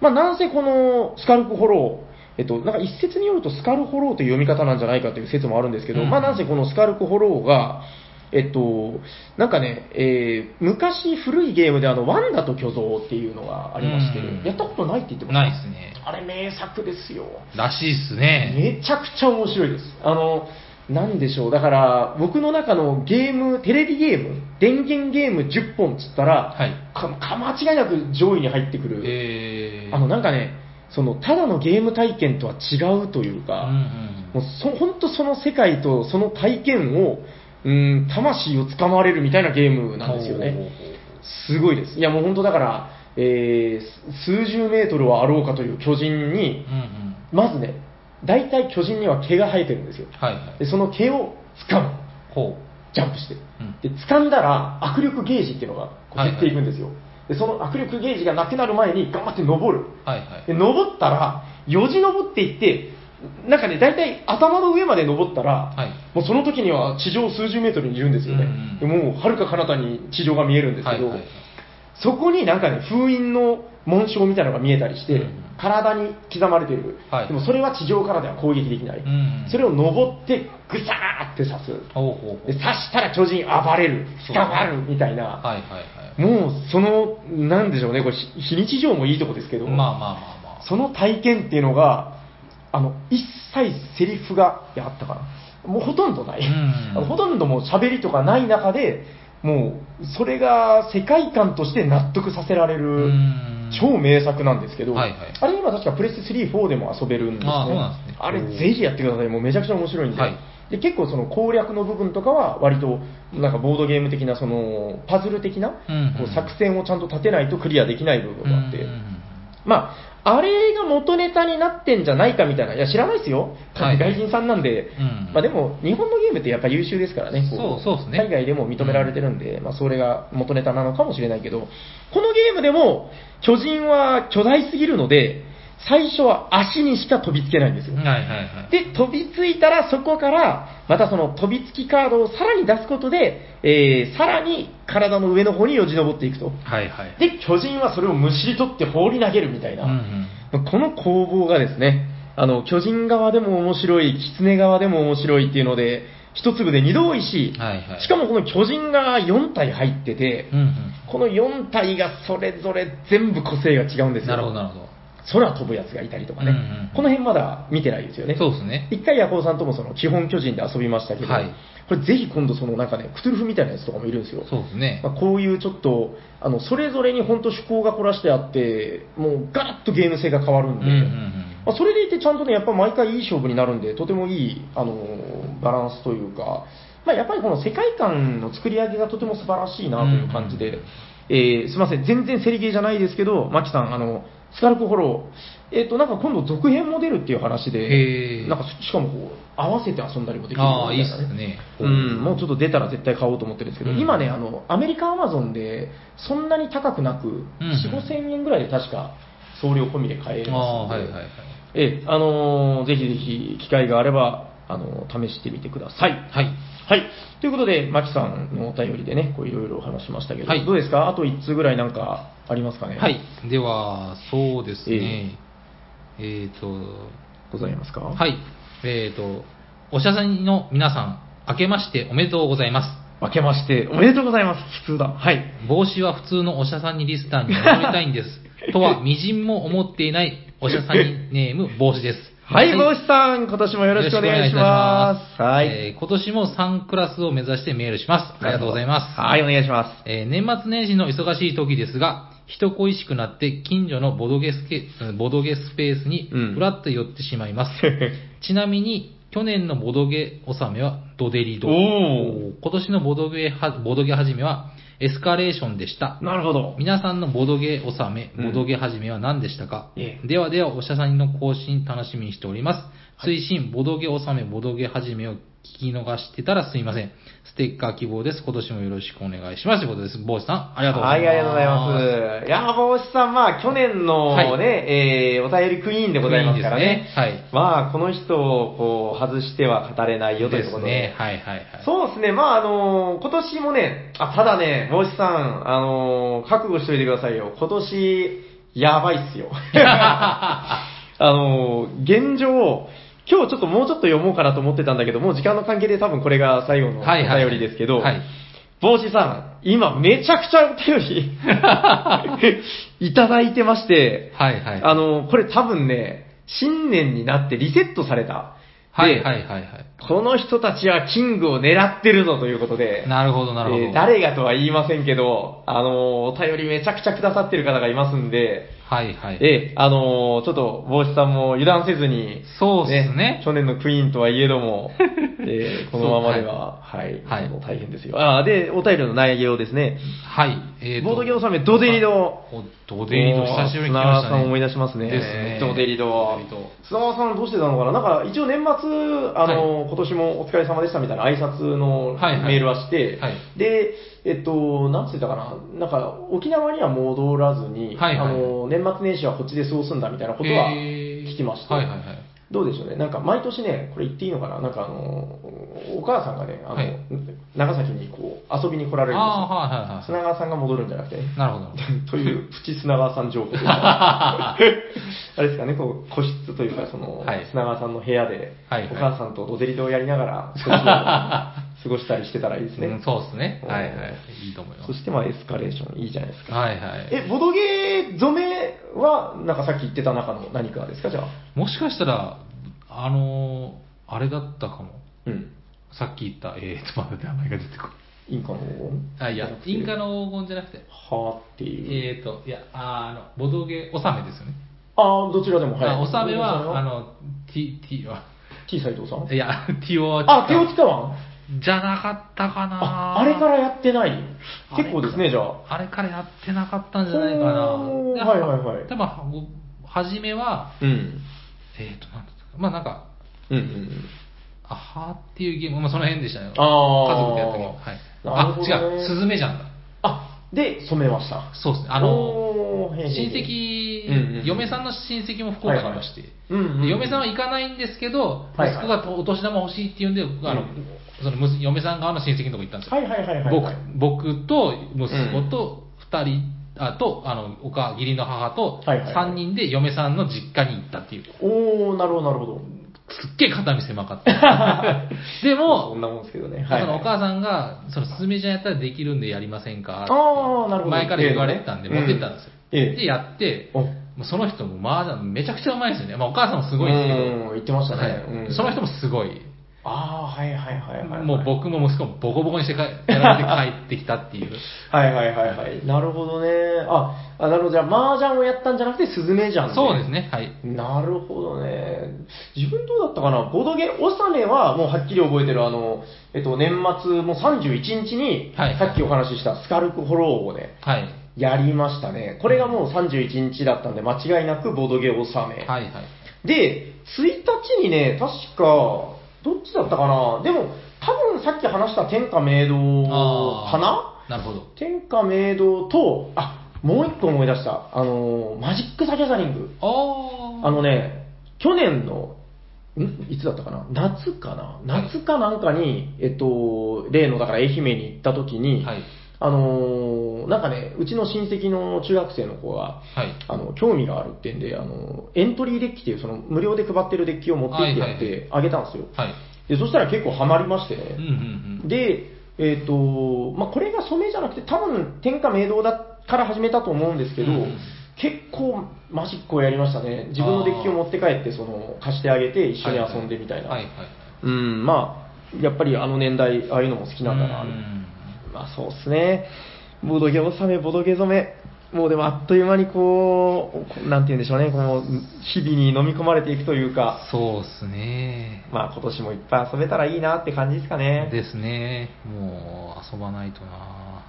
S2: まあ、なんせこのスカルクホロー、えっと、なんか一説によるとスカルホローという読み方なんじゃないかという説もあるんですけど、
S1: うん
S2: まあ、なんせこのスカルクホローが、えっと、なんかね、えー昔古いゲームであのワンダと巨像っていうのがありまして、
S1: うん
S2: やったことないって言ってました
S1: ないですね。
S2: あれ名作ですよ。
S1: らしいっすね。
S2: めちゃくちゃ面白いです。あの、なんでしょう。だから、僕の中のゲーム、テレビゲーム、電源ゲーム10本っつったら、
S1: はい。
S2: かか間違いなく上位に入ってくる、
S1: えー。
S2: あのなんかねそのただのゲーム体験とは違うとい
S1: う
S2: うか、
S1: んうん
S2: もうそ本当その世界とその体験をうん魂をつかまわれるみたいなゲームなんですよ
S1: ほうほう
S2: ね
S1: ほ
S2: すごいですいやもう本当だから、えーす数十メートルはあろうかという巨
S1: ううんう
S2: 人に
S1: ん。
S2: まずね大体巨人には毛が生えてるんですよ
S1: はいはい。
S2: でその毛を掴む
S1: ほ
S2: ジャンプして
S1: う。うん。
S2: で掴んだら握力ゲージっていうのがこう
S1: はいはい
S2: 減っていくんですよ、でその握力ゲージがなくなる前に頑張って登る
S1: はいはい。
S2: で登ったらよじ登っていってなんかね大体頭の上まで登ったら、
S1: はい。
S2: もうその時には地上数十メートルにいるんですよね、
S1: うん
S2: もうはるか彼方に地上が見えるんですけ
S1: はい
S2: ど、
S1: はいはい
S2: そこになんかね封印の紋章みたいなのが見えたりして、
S1: うん
S2: 体に刻まれてる、
S1: はい
S2: でもそれは地上からでは攻撃できない、
S1: うんうん
S2: それを登ってグサーって刺す、
S1: ほうほうほう
S2: で刺したら巨人暴れる
S1: そう
S2: 捕まるみたいな、
S1: はいはい
S2: もうそのなんでしょうねこれ非非日常もいいとこですけど、
S1: はい。まあまあまあまあ。
S2: その体験っていうのがあの一切セリフがいやあったかなもうほとんどない、
S1: うん
S2: あのほとんどもう喋りとかない中でもうそれが世界観として納得させられ
S1: う
S2: る
S1: ん
S2: 超名作なんですけど、
S1: はいはい
S2: あれ今確かプレステ3、4でも遊べるんですね。
S1: あそうなんですね
S2: あれぜひやってください。もうめちゃくちゃ面白いんで。
S1: はい
S2: で結構その攻略の部分とかは割となんかボードゲーム的なそのパズル的な
S1: うん
S2: こう作戦をちゃんと立てないとクリアできない部分があって、
S1: うんうんうん
S2: まあ、あれが元ネタになってんじゃないかみたいな、いや、知らないですよ、
S1: はい
S2: 外人さんなんで、
S1: うん
S2: まあ、でも、日本のゲームってやっぱ優秀ですからね、こ
S1: そうそうっすね
S2: 海外でも認められてるんで、まあ、それが元ネタなのかもしれないけど、このゲームでも、巨人は巨大すぎるので、最初は足にしか飛びつけないんですよ。
S1: はいはいはい。
S2: で、飛びついたら、そこから、またその飛びつきカードをさらに出すことで、えーさらに体の上の方によじ登っていくと。
S1: はいはい。
S2: で、巨人はそれをむしり取って放り投げるみたいな、
S1: うんうん
S2: この攻防がですね、あの、巨人側でも面白い、狐側でも面白いっていうので、一粒で二度おいしい、
S1: はいはい。
S2: しか
S1: も、
S2: もこの巨人が4体入ってて、
S1: うんうん。
S2: この4体がそれぞれ全部個性が違うんです
S1: な
S2: よ。
S1: るほどなるほど。
S2: 空飛ぶやつがいたりとかね、
S1: うんうん
S2: この辺まだ見てないですよね。
S1: そうですね。
S2: 一回、ヤコウさんともその基本巨人で遊びましたけど、
S1: はい
S2: これぜひ今度、そのなんかね、クトゥルフみたいなやつとかもいるんですよ。
S1: そうですね。
S2: まあ、こういうちょっとあのそれぞれに本当趣向が凝らしてあってもうガラッとゲーム性が変わる
S1: うんんう
S2: で、
S1: んうん。
S2: まあ、それでいてちゃんとねやっぱ毎回いい勝負になるんでとてもいいあのバランスというか、まあ、やっぱりこの世界観の作り上げがとても素晴らしいなという感じで、
S1: うん
S2: えーすいません全然セリゲーじゃないですけどマキさんあのスカルクホロー、えっとなんか今度続編も出るっていう話
S1: へ
S2: で
S1: ー
S2: なんかしかもこう合わせて遊んだりもできるみたいな
S1: ああ、いいっすね。
S2: うん、もうちょっと出たら絶対買おうと思ってるんですけど、
S1: うん
S2: 今ねあの、アメリカアマゾンでそんなに高くなく、
S1: ん
S2: 4、5千円ぐらいで確か送料込みで買えるんです
S1: ああ、はい
S2: の
S1: はいはい。
S2: ええ、あのーぜひぜひ機会があれば、あのー試してみてください。
S1: はい。
S2: はい。ということで、マキさんのお便りでね、こういろいろお話しましたけど、
S1: はい
S2: どうですかあと1通ぐらいなんかありますかね
S1: はい。では、そうですね。えっ、と、
S2: ございますか
S1: はい。えっ、と、おしゃさんの皆さん、明けましておめでとうございます。
S2: 明けまして、おめでとうございます。普通だ。はい。
S1: 帽子は普通のおしゃさんにリスターに戻りたいん です。とは、みじんも思っていないおしゃさんにネーム帽子です。
S2: はい、帽子さん、今年もよろしくお願いします。はい。
S1: えー今年も3クラスを目指してメールします。ありがとうございます。
S2: はい、お願いします。
S1: えー年末年始の忙しい時ですが、人恋しくなって近所のボドゲスケボドゲスペースに
S2: うん
S1: ふらっと寄ってしまいます。 ちなみに、去年のボドゲ納めはドデリド。
S2: おー
S1: 今年のボドゲは、ボドゲ始めはエスカレーションでした。
S2: なるほど。
S1: 皆さんのボドゲ納め、
S2: う
S1: ボ
S2: ん
S1: ドゲ始めは何でしたか、
S2: え
S1: ではでは、おしゃさんの更新楽しみにしております。推進、ボドゲ納め、ボドゲ始めを聞き逃してたらすいません。ステッカー希望です。今年もよろしくお願いします。ということです。坊主さん、ありがとうございます。
S2: はい、ありがとうございます。いやー、帽子さん、まあ、去年のね、
S1: はい
S2: えー、お便りクイーンでございますからね。
S1: クイーンですね
S2: まあ、この人をこう外しては語れないよと
S1: で
S2: いうこ
S1: す
S2: とで。
S1: ね。はいはいはい。
S2: そうですね、まあ、あのー今年もね、あ、ただね、帽子さん、あのー覚悟しといてくださいよ。今年、やばいっ すよ。あのー現状、今日ちょっともうちょっと読もうかなと思ってたんだけど、もう時間の関係で多分これが最後のお
S1: はいはいはい
S2: 便りですけど、
S1: はい
S2: 帽子さん、今めちゃくちゃお便り いただいてまして、
S1: はいはい。
S2: あのーこれ多分ね、新年になってリセットされた。で
S1: はいはいはいはい。
S2: この人たちはキングを狙ってるぞということで、
S1: なるほどなるほど。
S2: えー誰がとは言いませんけど、あのーお便りめちゃくちゃくださってる方がいますんで、
S1: はいはい。
S2: えーあのーちょっと帽子さんも油断せずに、
S1: そうっすね
S2: 去年のクイーンとはいえ ども、えーこのままでは、はい、
S1: はい
S2: あの大変ですよ。あーで、お便りの内容ですね。
S1: はい。えーと
S2: ボードゲームサメ、ドデリド。
S1: おドデリド、久しぶりに来ましたね。
S2: 砂川さん思い出しますね。
S1: ですね。
S2: ドデリド
S1: ドデリド。
S2: 砂川さんどうしてたのかななんか、一応年末、あの、今年もお疲れ様でしたみたいな挨拶の
S1: はいはい
S2: メールはして、
S1: はい
S2: で、えっと、なんつってたかななんか、沖縄には戻らずに、
S1: はいはい
S2: あの、年末年始はこっちで過ごすんだみたいなことは聞きました。
S1: えーはいはいはい。
S2: どうでしょうね、なんか毎年ね、これ言っていいのかな、なんかあのお母さんがね、あの
S1: はい
S2: 長崎にこう遊びに来られるんですよ、
S1: ああー、はいはい
S2: 砂川さんが戻るんじゃなくてね、
S1: はい。なるほどなるほど。
S2: と いうプチ砂川さん情報あれですかね、こう個室というか、その、
S1: はい
S2: 砂川さんの部屋で、
S1: はいはい
S2: お母さんとドデリドをやりなが ら、少し過ごしたりしてたらいいですね。
S1: うんそうですね。
S2: うん
S1: はいはい。いいと思います
S2: そ。して、まあ、エスカレーション、いいじゃないですか。
S1: はいはい。
S2: え、ボドゲー染めは、なんかさっき言ってた中の何かですか、じゃあ。
S1: もしかしたら、あのー、あれだったかも。
S2: うん。
S1: さっき言った、えーと、まだ名前が出てこない。
S2: インカの黄金
S1: あ、いや
S2: じゃなく、て
S1: インカの黄金じゃなくて、
S2: はーっていう。
S1: えーと、いや、あーあの、ボドゲ納めですよね。
S2: ああ、どちらでも、はい。
S1: あ納めは、あ
S2: の、
S1: の、T、T は、
S2: T 斎藤さん
S1: いや、T を、
S2: あ、手を使わん
S1: じゃなかったかな
S2: あ、あれからやってない結構ですね、じゃあ。
S1: あれからやってなかったんじゃないかな。
S2: ほー
S1: で
S2: はいはいはい
S1: 多分はご初めは、
S2: うん。
S1: えっ、と、なんだったかなまあなんか、
S2: うんうん。
S1: あはーっていうゲーム、まあその辺でしたね。
S2: あー
S1: 家族でやったゲーム。はい、
S2: なるほどね
S1: あ、違う、スズメじゃんだ。
S2: あ、で、染めました。
S1: そうですね。あの、
S2: おー、へーへー
S1: 親
S2: へー
S1: 戚、
S2: うんうんうん
S1: 嫁さんの親戚も福岡にいまして、
S2: うんうんうん
S1: で嫁さんは行かないんですけど、
S2: はいはい
S1: 息子がとお年玉欲しいって言うんで、僕あの
S2: うん
S1: その娘嫁さん側の親戚のとこ行ったんですよ。
S2: はいはいはいはい。
S1: 僕僕と息子と2人、あとあのおか義理の母と
S2: はいはいはい
S1: 3人で嫁さんの実家に行ったっていう、
S2: おー、なるほどなるほど。
S1: すっげえ肩身狭かった で
S2: そ
S1: も、
S2: んなもんですけどね。
S1: そのお母さんが「そのすずめちゃんやったらできるんでやりませんか?」
S2: あーなるほど
S1: 前から言われてたんで
S2: ええ
S1: 持ってったんですよ、
S2: ええ
S1: でやって
S2: お
S1: もうその人も麻雀めちゃくちゃうまいですよね、まあ、お母さんもすごいですけど、
S2: うん言ってましたね
S1: はい
S2: うん
S1: その人もすごい
S2: あー、はいはいはいはいはい。
S1: もう僕も息子もボコボコにして帰やられて帰ってきたっていう
S2: はいはいはいはい。なるほどね。あ、あなるほど。じゃあ、麻雀をやったんじゃなくて、スズメじゃん、
S1: そうです。ねはい
S2: なるほどね。自分どうだったかなボドゲ納めは、もうはっきり覚えてる、あの、えっと、年末、もう31日に、
S1: はい
S2: さっきお話ししたスカルクフォローをね、
S1: はい
S2: やりましたね。これがもう31日だったんで、間違いなくボドゲ納め。
S1: はいはい
S2: で、1日にね、確か、どっちだったかなでも、多分さっき話した天下明堂かな
S1: なるほど。
S2: 天下明堂と、あもう一個思い出した、あのーマジック・ザ・ギャザリング、
S1: あ
S2: あのね、去年の、んいつだったかな夏かな夏かなんかに、えっと、例のだから愛媛に行った時に、
S1: はい
S2: あのーなんかね、うちの親戚の中学生の子が、
S1: はい
S2: あの、興味があるってんで、あの、エントリーデッキっていう、その、無料で配ってるデッキを持って行ってや
S1: は
S2: っ
S1: いはい
S2: てあげたんですよ。
S1: はい。
S2: で、そしたら結構ハマりましてね。
S1: うんうんうん。
S2: で、えっ、と、まあ、これが染めじゃなくて、多分天下明堂だから始めたと思うんですけど、
S1: うん
S2: 結構マジックをやりましたね。自分のデッキを持って帰って、その、貸してあげて、一緒に遊んでみたいな。
S1: はいはい。
S2: うん、まあ、やっぱりあの年代、ああいうのも好きなんだな、
S1: う
S2: みたいなんまあそうっすね、ボドゲ納め、ボドゲ染め、もうでもあっという間にこう、こなんていうんでしょうね、この日々に飲み込まれていくというか、
S1: そうですね。
S2: まあ今年もいっぱい遊べたらいいなって感じですかね。
S1: ですね。もう遊ばないとな。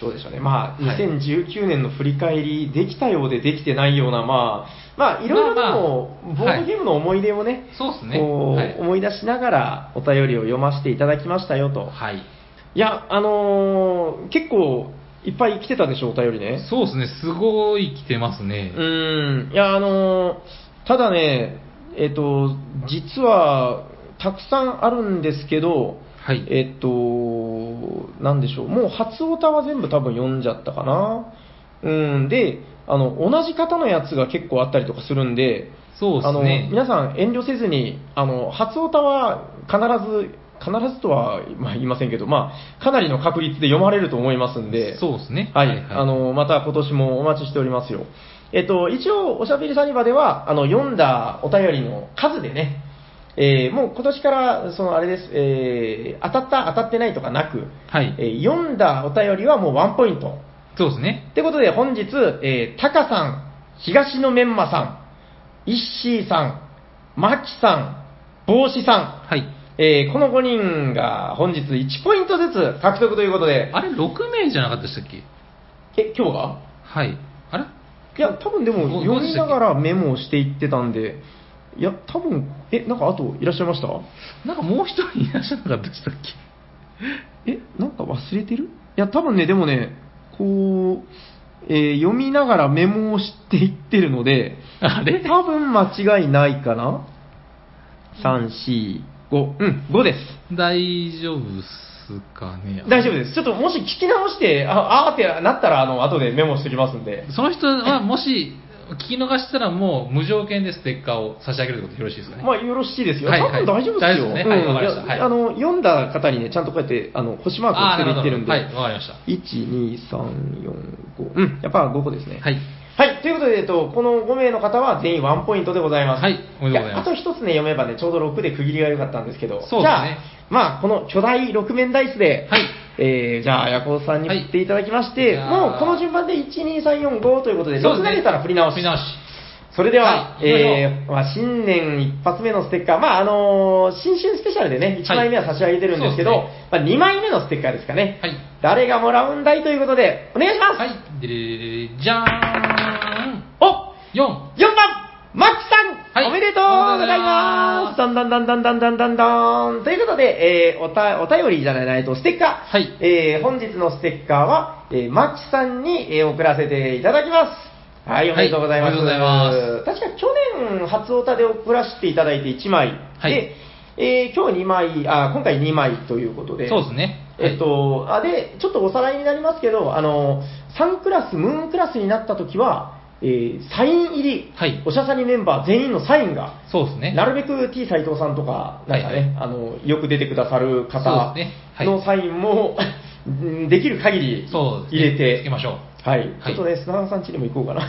S2: どうでしょうね、まあ
S1: はい
S2: 2019年の振り返り、できたようでできてないような、まあ、まあいろいろでも、
S1: まあまあ
S2: ボードゲームの思い出をね、
S1: そうですね。
S2: こう
S1: はい。
S2: 思い出しながらお便りを読ませていただきましたよと。
S1: はい。
S2: いや、あのー結構いっぱい来てたでしょ、お便りね。
S1: そうですね。すごい来てますね。
S2: うーん、いや、あのーただね、えっ、と、実は、たくさんあるんですけど、
S1: はい。
S2: えっ、と、なんでしょう、もう初オタは全部多分読んじゃったかな。うん、で、あの、同じ方のやつが結構あったりとかするんで、
S1: そうで
S2: あ
S1: す
S2: の
S1: ね。
S2: 皆さん遠慮せずに、あの初オタは必ず、必ずとは、まあ、言いませんけど、まあ、かなりの確率で読まれると思いますんで、
S1: そうですね。
S2: はい、あ、の、また今年もお待ちしておりますよ。えっと、一応、おしゃべりサニバでは、あの、読んだお便りの数でね、えーもう今年から、そのあれです、えー当たった、当たってないとかなく、
S1: はい。
S2: えー読んだお便りはもうワンポイント。
S1: そうですね。
S2: ってことで、本日、えータカさん、東のメンマさん、イッシーさん、マキさん、帽子さん、
S1: はい。
S2: えーこの5人が本日1ポイントずつ獲得ということで、
S1: あれ、6名じゃなかったでしたっけ
S2: え、今日が
S1: はい。あれ
S2: いや、多分でも
S1: ご
S2: 読みながらメモをしていってたんで、いや、多分え、なんかあといらっしゃいました
S1: なんかもう一人いらっしゃらなかったでしたっけ
S2: え、なんか忘れてるいや、多分ね、でもね、こう、えー読みながらメモをしていってるので、
S1: あれ
S2: 多分間違いないかな ?3、4、5、うん、5です。
S1: 大丈夫っすかね
S2: 大丈夫です。ちょっともし聞き直して、ああーってなったら、あの、後でメモしておきますんで。
S1: その人はもし聞き逃したらもう無条件でステッカーを差し上げることでよろしいですかね、
S2: まあ、よろしいですよ。
S1: はい
S2: 多分大丈夫ですよ。
S1: はい大丈夫ですねはい
S2: うん
S1: わかりました
S2: い
S1: はい
S2: やあの、読んだ方にね、ちゃんとこうやって、あの、星マークをつけていってるんで。
S1: あーなるほどはいわかりました
S2: 1、2、3、4、5。うん、やっぱ5個ですね。
S1: はい。
S2: はい、ということで、えっと、この5名の方は全員ワンポイントでございます。
S1: はいおめでとうございます
S2: やあと一つね、読めばね、ちょうど6で区切りが良かったんですけ
S1: そう
S2: ど。
S1: ですね
S2: じゃあ、まあ、この巨大6面ダイスで、
S1: はい
S2: えー、じゃあ、ヤコウさんに
S1: はい
S2: 振っていただきまして、
S1: じゃあ
S2: もうこの順番で1、2、3、4、5ということで、
S1: そうで
S2: 6
S1: すね
S2: 投げたら振り直し。
S1: 振り直し
S2: それでは、
S1: はい
S2: えーまあ、新年一発目のステッカー、まああのー新春スペシャルでね、1枚目は差し上げてるんですけど、
S1: そうで
S2: まあ、2枚目のステッカーですかね、
S1: はい
S2: 誰がもらうんだいということで、お願いします、
S1: はいでれれれじゃーん
S2: お
S1: 4
S2: 4番、マックさん、
S1: はい
S2: おめでとうございますだんだんだんだんだんだんだんだんということで、えーおた、お便りじゃないと、ステッカー、
S1: はい
S2: えー本日のステッカーは、えーマックさんに、えー送らせていただきます。はい、おめでとうございます。
S1: はいおめでとうご
S2: 確か去年、初オタで送らせていただいて1枚で、
S1: はい
S2: えー今日2枚、あ、今回2枚ということで、
S1: そうですね
S2: えっと、あで、ちょっとおさらいになりますけど、あの、3クラス、ムーンクラスになった時は、えーサイン入り、
S1: はい
S2: おしゃさにメンバー全員のサインが、
S1: そうですね
S2: なるべく T 斎藤さんとか、なんかね、
S1: はい
S2: あの、よく出てくださる
S1: そ
S2: 方
S1: うですねはい
S2: のサインも、 うんできる限り
S1: そうです
S2: 入
S1: ね
S2: れて、
S1: つけましょう
S2: はい、
S1: は
S2: ちょ
S1: い
S2: っとね、砂川さん家にも行こうかな。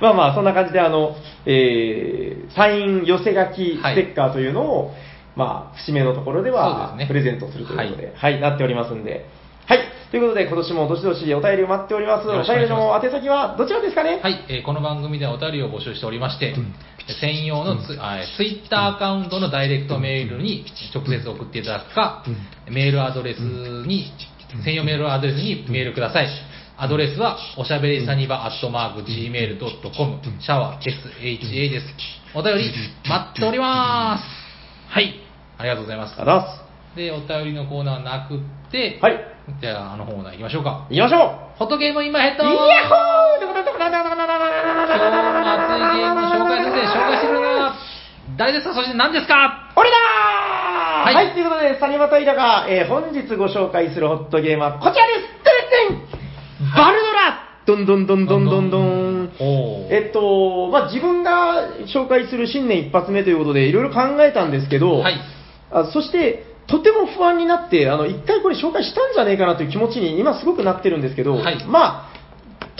S2: まあまあ、そんな感じで、あの、えーサイン寄せ書き
S1: はい
S2: ステッカーというのを、まあ、節目のところでは
S1: そうですね
S2: プレゼントするということで、
S1: は
S2: はい、なっておりますんで。はい、ということで、今年もどしどしお便りを待っております。
S1: よろ
S2: お
S1: しくお願いし
S2: 便り
S1: ます
S2: の宛先はどちらですかね
S1: はい、えーこの番組ではお便りを募集しておりまして、専用のツあツイッターアカウントのダイレクトメールに直接送っていただくか、メールアドレスに、専用メールアドレスにメールください。アドレスは、おしゃべりサニバアットマーク Gmail.com、シャワー SHA です。お便り待っております。はい、ありがとうございます
S2: あ。ざ
S1: で、お便りのコーナーなくって、
S2: す。はい、
S1: じゃあ、あのコーナー行きましょうか。
S2: 行きましょう
S1: ホットゲーム今ヘッド
S2: イヤッホー
S1: 今日も熱いゲーム紹介ですで紹介してくれるのは誰ですかそして何ですか
S2: 俺だー
S1: は
S2: はいい、ということで、サニバタイダが、えー本日ご紹介するホットゲームはこちらですてれってんバルドラどんどんどんどんどんどん。
S1: おー
S2: えっと、まあ、自分が紹介する新年一発目ということで、いろいろ考えたんですけど、
S1: はい
S2: あそして、とても不安になって、あの、一回これ紹介したんじゃねえかなという気持ちに今すごくなってるんですけど、
S1: はい
S2: まあ、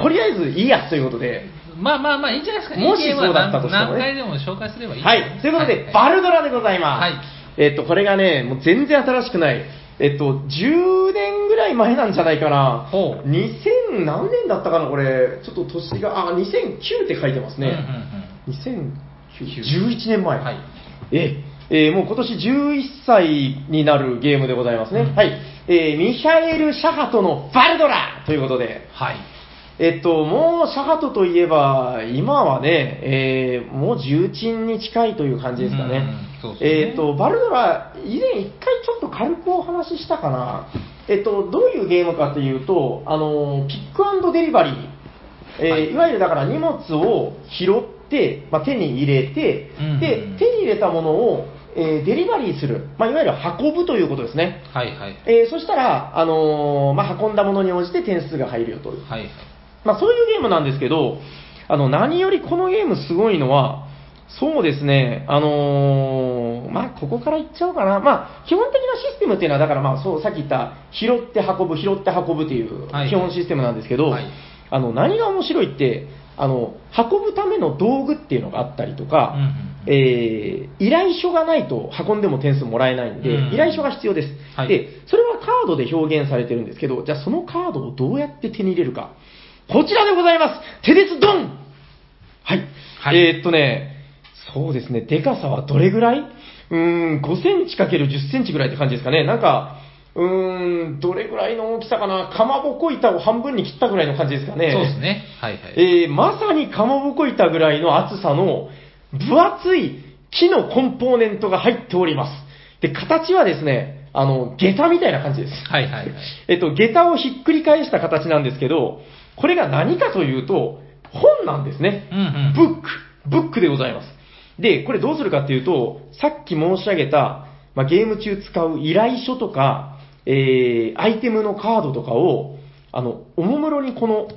S2: とりあえずいいやということで、
S1: まあまあまあいいんじゃないですかね。
S2: もしそうだったとしても
S1: 何
S2: ね
S1: 回でも紹介すればいい。
S2: はい、ということで、
S1: は
S2: バルドラでございます。
S1: はい
S2: えっと、これがね、もう全然新しくない。えっと、10年ぐらい前なんじゃないかな。
S1: ほう
S2: 2000何年だったかな、これ。ちょっと年が、あ、2009って書いてますね。
S1: うんうん
S2: 2011年前、
S1: はい
S2: ええーもう今年11歳になるゲームでございますね、
S1: うん
S2: はいえーミヒャエル・シャハトのバルドラということで
S1: うん、はい。
S2: えっと、もうシャハトといえば、今はね、えーもう重鎮に近いという感じですか
S1: う
S2: ね
S1: ん、そうですね
S2: えっとバルドラ、以前、一回ちょっと軽くお話ししたかな、えっと、どういうゲームかというと、あのピックアンドデリバリー、えー
S1: はい
S2: いわゆるだから荷物を拾って、まあ、手に入れて、
S1: うん
S2: で手に入れたものを、えーデリバリーする、まあ、いわゆる運ぶということですね。
S1: はいはい。
S2: えーそしたら、あのーまあ、運んだものに応じて点数が入るよという、
S1: はいはい。
S2: まあ、そういうゲームなんですけど、あの何よりこのゲームすごいのは、そうですね、あのーまあ、ここからいっちゃおうかな、まあ、基本的なシステムっていうのは、だからまあそうさっき言った、拾って運ぶ、拾って運ぶっていう
S1: はい
S2: 基本システムなんですけど、
S1: はい
S2: あの何が面白いってあの、運ぶための道具っていうのがあったりとか、
S1: うんうんうん
S2: えー依頼書がないと運んでも点数もらえないんで、
S1: うん
S2: 依頼書が必要です、
S1: はい
S2: でそれはカードで表現されてるんですけど、じゃあそのカードをどうやって手に入れるか、こちらでございます、手ですドンはい、
S1: はい
S2: えーっとね、そうですね、でかさはどれぐらいうーん、5センチ ×10 センチぐらいって感じですかね、なんか、うーん、どれぐらいの大きさかな、かまぼこ板を半分に切ったぐらいの感じですかね。
S1: そうですね。はいはい。
S2: えーまさにかまぼこ板ぐらいの厚さの分厚い木のコンポーネントが入っております。で、形はですね、あの、下駄みたいな感じです。
S1: はいはいはい。
S2: えっと、下駄をひっくり返した形なんですけど、これが何かというと、本なんですね。
S1: うんうん
S2: ブック、ブックでございます。で、これどうするかっていうと、さっき申し上げた、まあ、ゲーム中使う依頼書とか、えー、アイテムのカードとかを、あの、おもむろにこの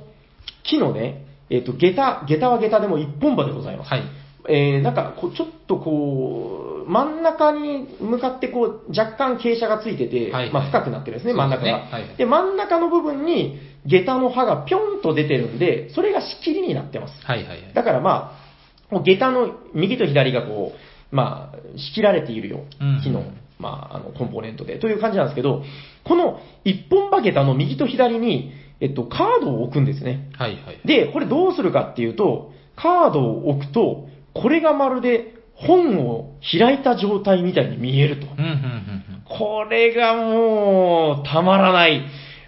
S2: 木のね、えっ、と、下駄、下駄は下駄でも一本刃でございます。
S1: はい。
S2: えーなんかこう、ちょっとこう、真ん中に向かってこう、若干傾斜がついてて、
S1: はい
S2: まあ、深くなってるんですね、
S1: そう
S2: 真ん
S1: です
S2: 中
S1: ね
S2: が。
S1: はい
S2: で、真ん中の部分に、下駄の刃がぴょんと出てるんで、それが仕切りになってます。
S1: はいはいはい。
S2: だからまあ、もう下駄の右と左がこう、まあ、仕切られているよ
S1: うん、
S2: 木の、まあ、あの、コンポーネントで、という感じなんですけど、この一本刃下駄の右と左に、えっと、カードを置くんですね。
S1: はいはい。
S2: で、これどうするかっていうと、カードを置くと、これがまるで本を開いた状態みたいに見えると。
S1: うんうんうん
S2: これがもう、たまらない。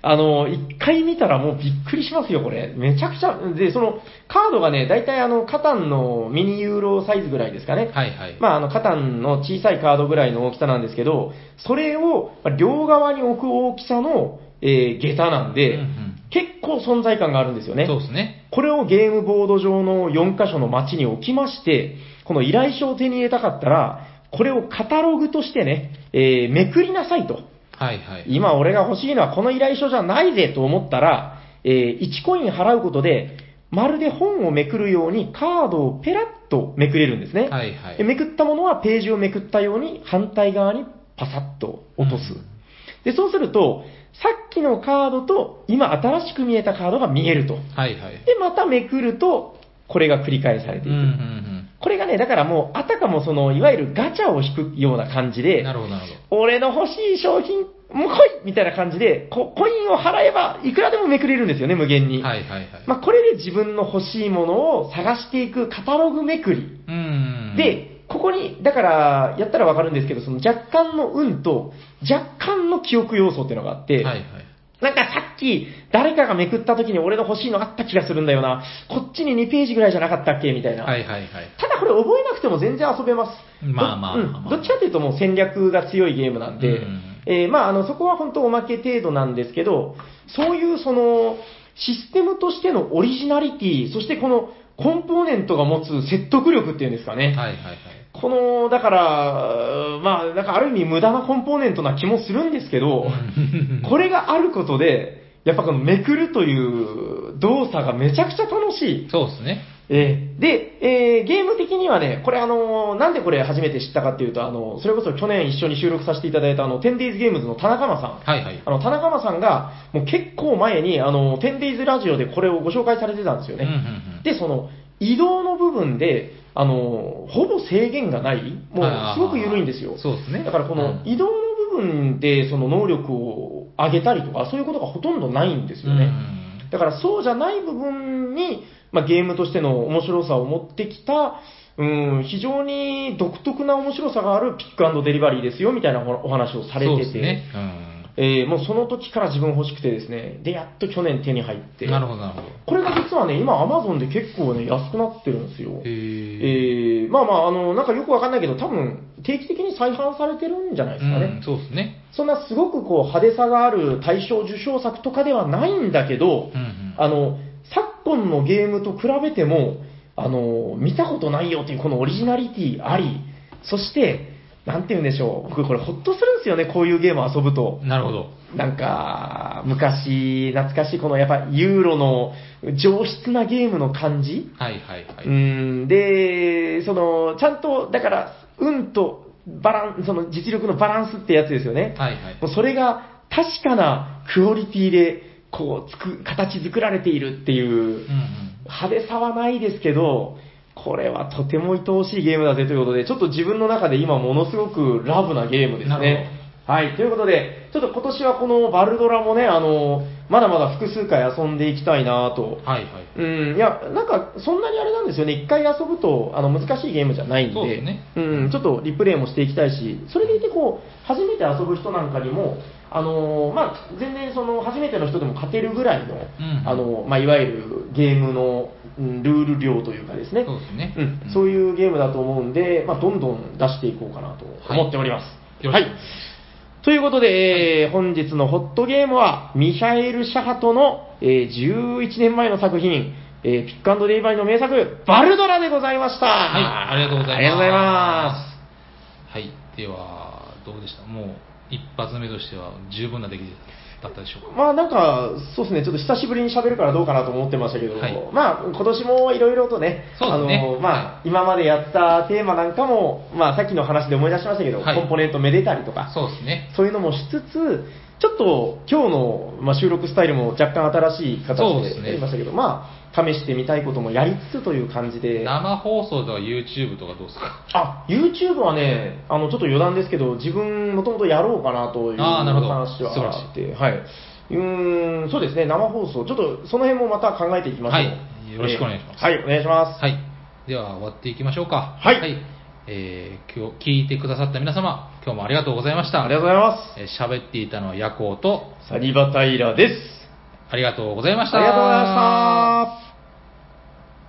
S2: あの、一回見たらもうびっくりしますよ、これ。めちゃくちゃ。で、その、カードがね、大体あの、カタンのミニユーロサイズぐらいですかね。
S1: うん。はいはい。
S2: まあ、あの、カタンの小さいカードぐらいの大きさなんですけど、それをまあ両側に置く大きさの、えー下駄なんで、
S1: うんうん
S2: 結構存在感があるんですよね。
S1: そうですね。
S2: これをゲームボード上の4箇所の街に置きまして、この依頼書を手に入れたかったら、これをカタログとしてね、えーめくりなさいと。
S1: はいはい。
S2: 今俺が欲しいのはこの依頼書じゃないぜと思ったら、え1コイン払うことで、まるで本をめくるようにカードをペラッとめくれるんですね。
S1: はいは
S2: で
S1: い。
S2: めくったものはページをめくったように反対側にパサッと落とす。
S1: うん
S2: で、そうすると、さっきのカードと今新しく見えたカードが見えると。
S1: はいはい。
S2: で、まためくると、これが繰り返され
S1: う
S2: て
S1: ん
S2: い
S1: うんう
S2: く。
S1: ん。
S2: これがね、だからもう、あたかもその、いわゆるガチャを引くような感じで
S1: な、るほど、なるほど。
S2: 俺の欲しい商品、もう来いみたいな感じで、こコインを払えば、いくらでもめくれるんですよね、無限に。
S1: はいはいはい。
S2: まあ、これで自分の欲しいものを探していくカタログめくり。
S1: うんうんうん。
S2: で、ここに、だから、やったらわかるんですけど、その若干の運と、若干の記憶要素っていうのがあって、
S1: はいはい。
S2: なんかさっき、誰かがめくった時に俺の欲しいのあった気がするんだよな。こっちに2ページぐらいじゃなかったっけみたいな。
S1: はいはいはい。
S2: ただこれ覚えなくても全然遊べます。
S1: まあまあ
S2: ど
S1: まあまあ
S2: うんどっちかというともう戦略が強いゲームなんで、
S1: うん
S2: えーまああのそこは本当おまけ程度なんですけど、そういうそのシステムとしてのオリジナリティ、そしてこのコンポーネントが持つ説得力っていうんですかね。
S1: はいはいはい。
S2: この、だから、まあ、なんかある意味無駄なコンポーネントな気もするんですけど、これがあることで、やっぱこのめくるという動作がめちゃくちゃ楽しい。
S1: そうですね。
S2: えーで、えーゲーム的にはね、これあのーなんでこれ初めて知ったかっていうと、あのそれこそ去年一緒に収録させていただいたあの、10days ゲームズの田中間さん。
S1: はいはい。
S2: あの、田中間さんが、もう結構前に、あの、10days ラジオでこれをご紹介されてたんですよね。
S1: うんうんうん
S2: で、その、移動の部分で、あの、ほぼ制限がない、もう
S1: あー
S2: すごく緩いんですよ。
S1: そうですね。
S2: だからこ
S1: うん
S2: の移動の部分で、その能力を上げたりとか、そういうことがほとんどないんですよ
S1: う
S2: ね。
S1: ん
S2: だからそうじゃない部分に、まあ、ゲームとしての面白さを持ってきた、うん、非常に独特な面白さがあるピックアンドデリバリーですよ、みたいなおお話をされ
S1: そう
S2: て
S1: です
S2: て。
S1: ね。うん
S2: えーもうその時から自分欲しくてですね、で、やっと去年手に入って、
S1: なるほどなるほど。
S2: これが実はね、今、アマゾンで結構ね、安くなってるんですよ。
S1: へー
S2: えーまあまあ、あの、なんかよくわかんないけど、多分、定期的に再販されてるんじゃないですかね。
S1: うんそうですね。
S2: そんなすごくこう、派手さがある大賞受賞作とかではないんだけど、
S1: うんうん
S2: あの、昨今のゲームと比べても、あの、見たことないよというこのオリジナリティあり、そして、なんて言うんでしょう、僕これほっとするんですよね、こういうゲーム遊ぶと。
S1: なるほど。
S2: なんか、昔、懐かしい、このやっぱユーロの上質なゲームの感じ、
S1: はいはいは
S2: う
S1: い。
S2: ん、で、その、ちゃんと、だから、運とバラン、その実力のバランスってやつですよね。
S1: はいはい。
S2: もうそれが確かなクオリティで、こう、つく、形作られているっていう
S1: うん、うん
S2: 派手さはないですけど、これはとても愛おしいゲームだぜということで、ちょっと自分の中で今ものすごくラブなゲームです
S1: なる
S2: ね。はい、ということで、ちょっと今年はこのバルドラもね、あの、まだまだ複数回遊んでいきたいなと。
S1: はいはい。
S2: うん、いや、なんか、そんなにあれなんですよね。一回遊ぶと、あの、難しいゲームじゃないんで、
S1: そうですね
S2: うん、ちょっとリプレイもしていきたいし、それでいて、こう、初めて遊ぶ人なんかにも、あのーまあ、全然、その、初めての人でも勝てるぐらいの、
S1: ん
S2: あの、まあ、いわゆるゲームの、うんルール量というかですね。
S1: そうですね
S2: うん
S1: うん
S2: そういうゲームだと思うんで、まあ、どんどん出していこうかなと思っております。
S1: はいよろしく
S2: ということで、えー本日のホットゲームは、ミハエル・シャハトの、えー11年前の作品、えーピックアンドデイバイの名作、バルドラでございました。
S1: はい、ありがとうございます。
S2: ありがとうございます。
S1: はい、では、どうでしたもう、一発目としては十分な出来だったでしょうか。
S2: まあなんか、そうですね、ちょっと久しぶりに喋るからどうかなと思ってましたけど、
S1: はい
S2: まあ今年もいろいろとね、
S1: そうですね
S2: あの、まあ、
S1: は
S2: 今までやったテーマなんかも、まあさっきの話で思い出しましたけど、
S1: はい
S2: コンポネントめでたりとか、
S1: そうですね。
S2: そういうのもしつつ、ちょっと今日の、まあ、収録スタイルも若干新しい形
S1: そうです
S2: で
S1: ね
S2: やりましたけど、まあ、試してみたいこともやりつつという感じで、
S1: 生放送とか YouTube とかどうですか
S2: あ、YouTube はね、あの、ちょっと余談ですけど、自分もともとやろうかなという
S1: あーなるほど
S2: 話は
S1: 素晴らしい
S2: あって、はい。うーん、そうですね、生放送、ちょっとその辺もまた考えていきましょう。
S1: はいよろしくお願いします
S2: えーはい、お願いします。
S1: はい。では、終わっていきましょうか。
S2: はい
S1: えー今日、聞いてくださった皆様、今日もありがとうございました。
S2: ありがとうございま
S1: えー喋っていたのは夜行と、
S2: す。サニバタイラです。
S1: ありがとうございました。
S2: ありがとうございました。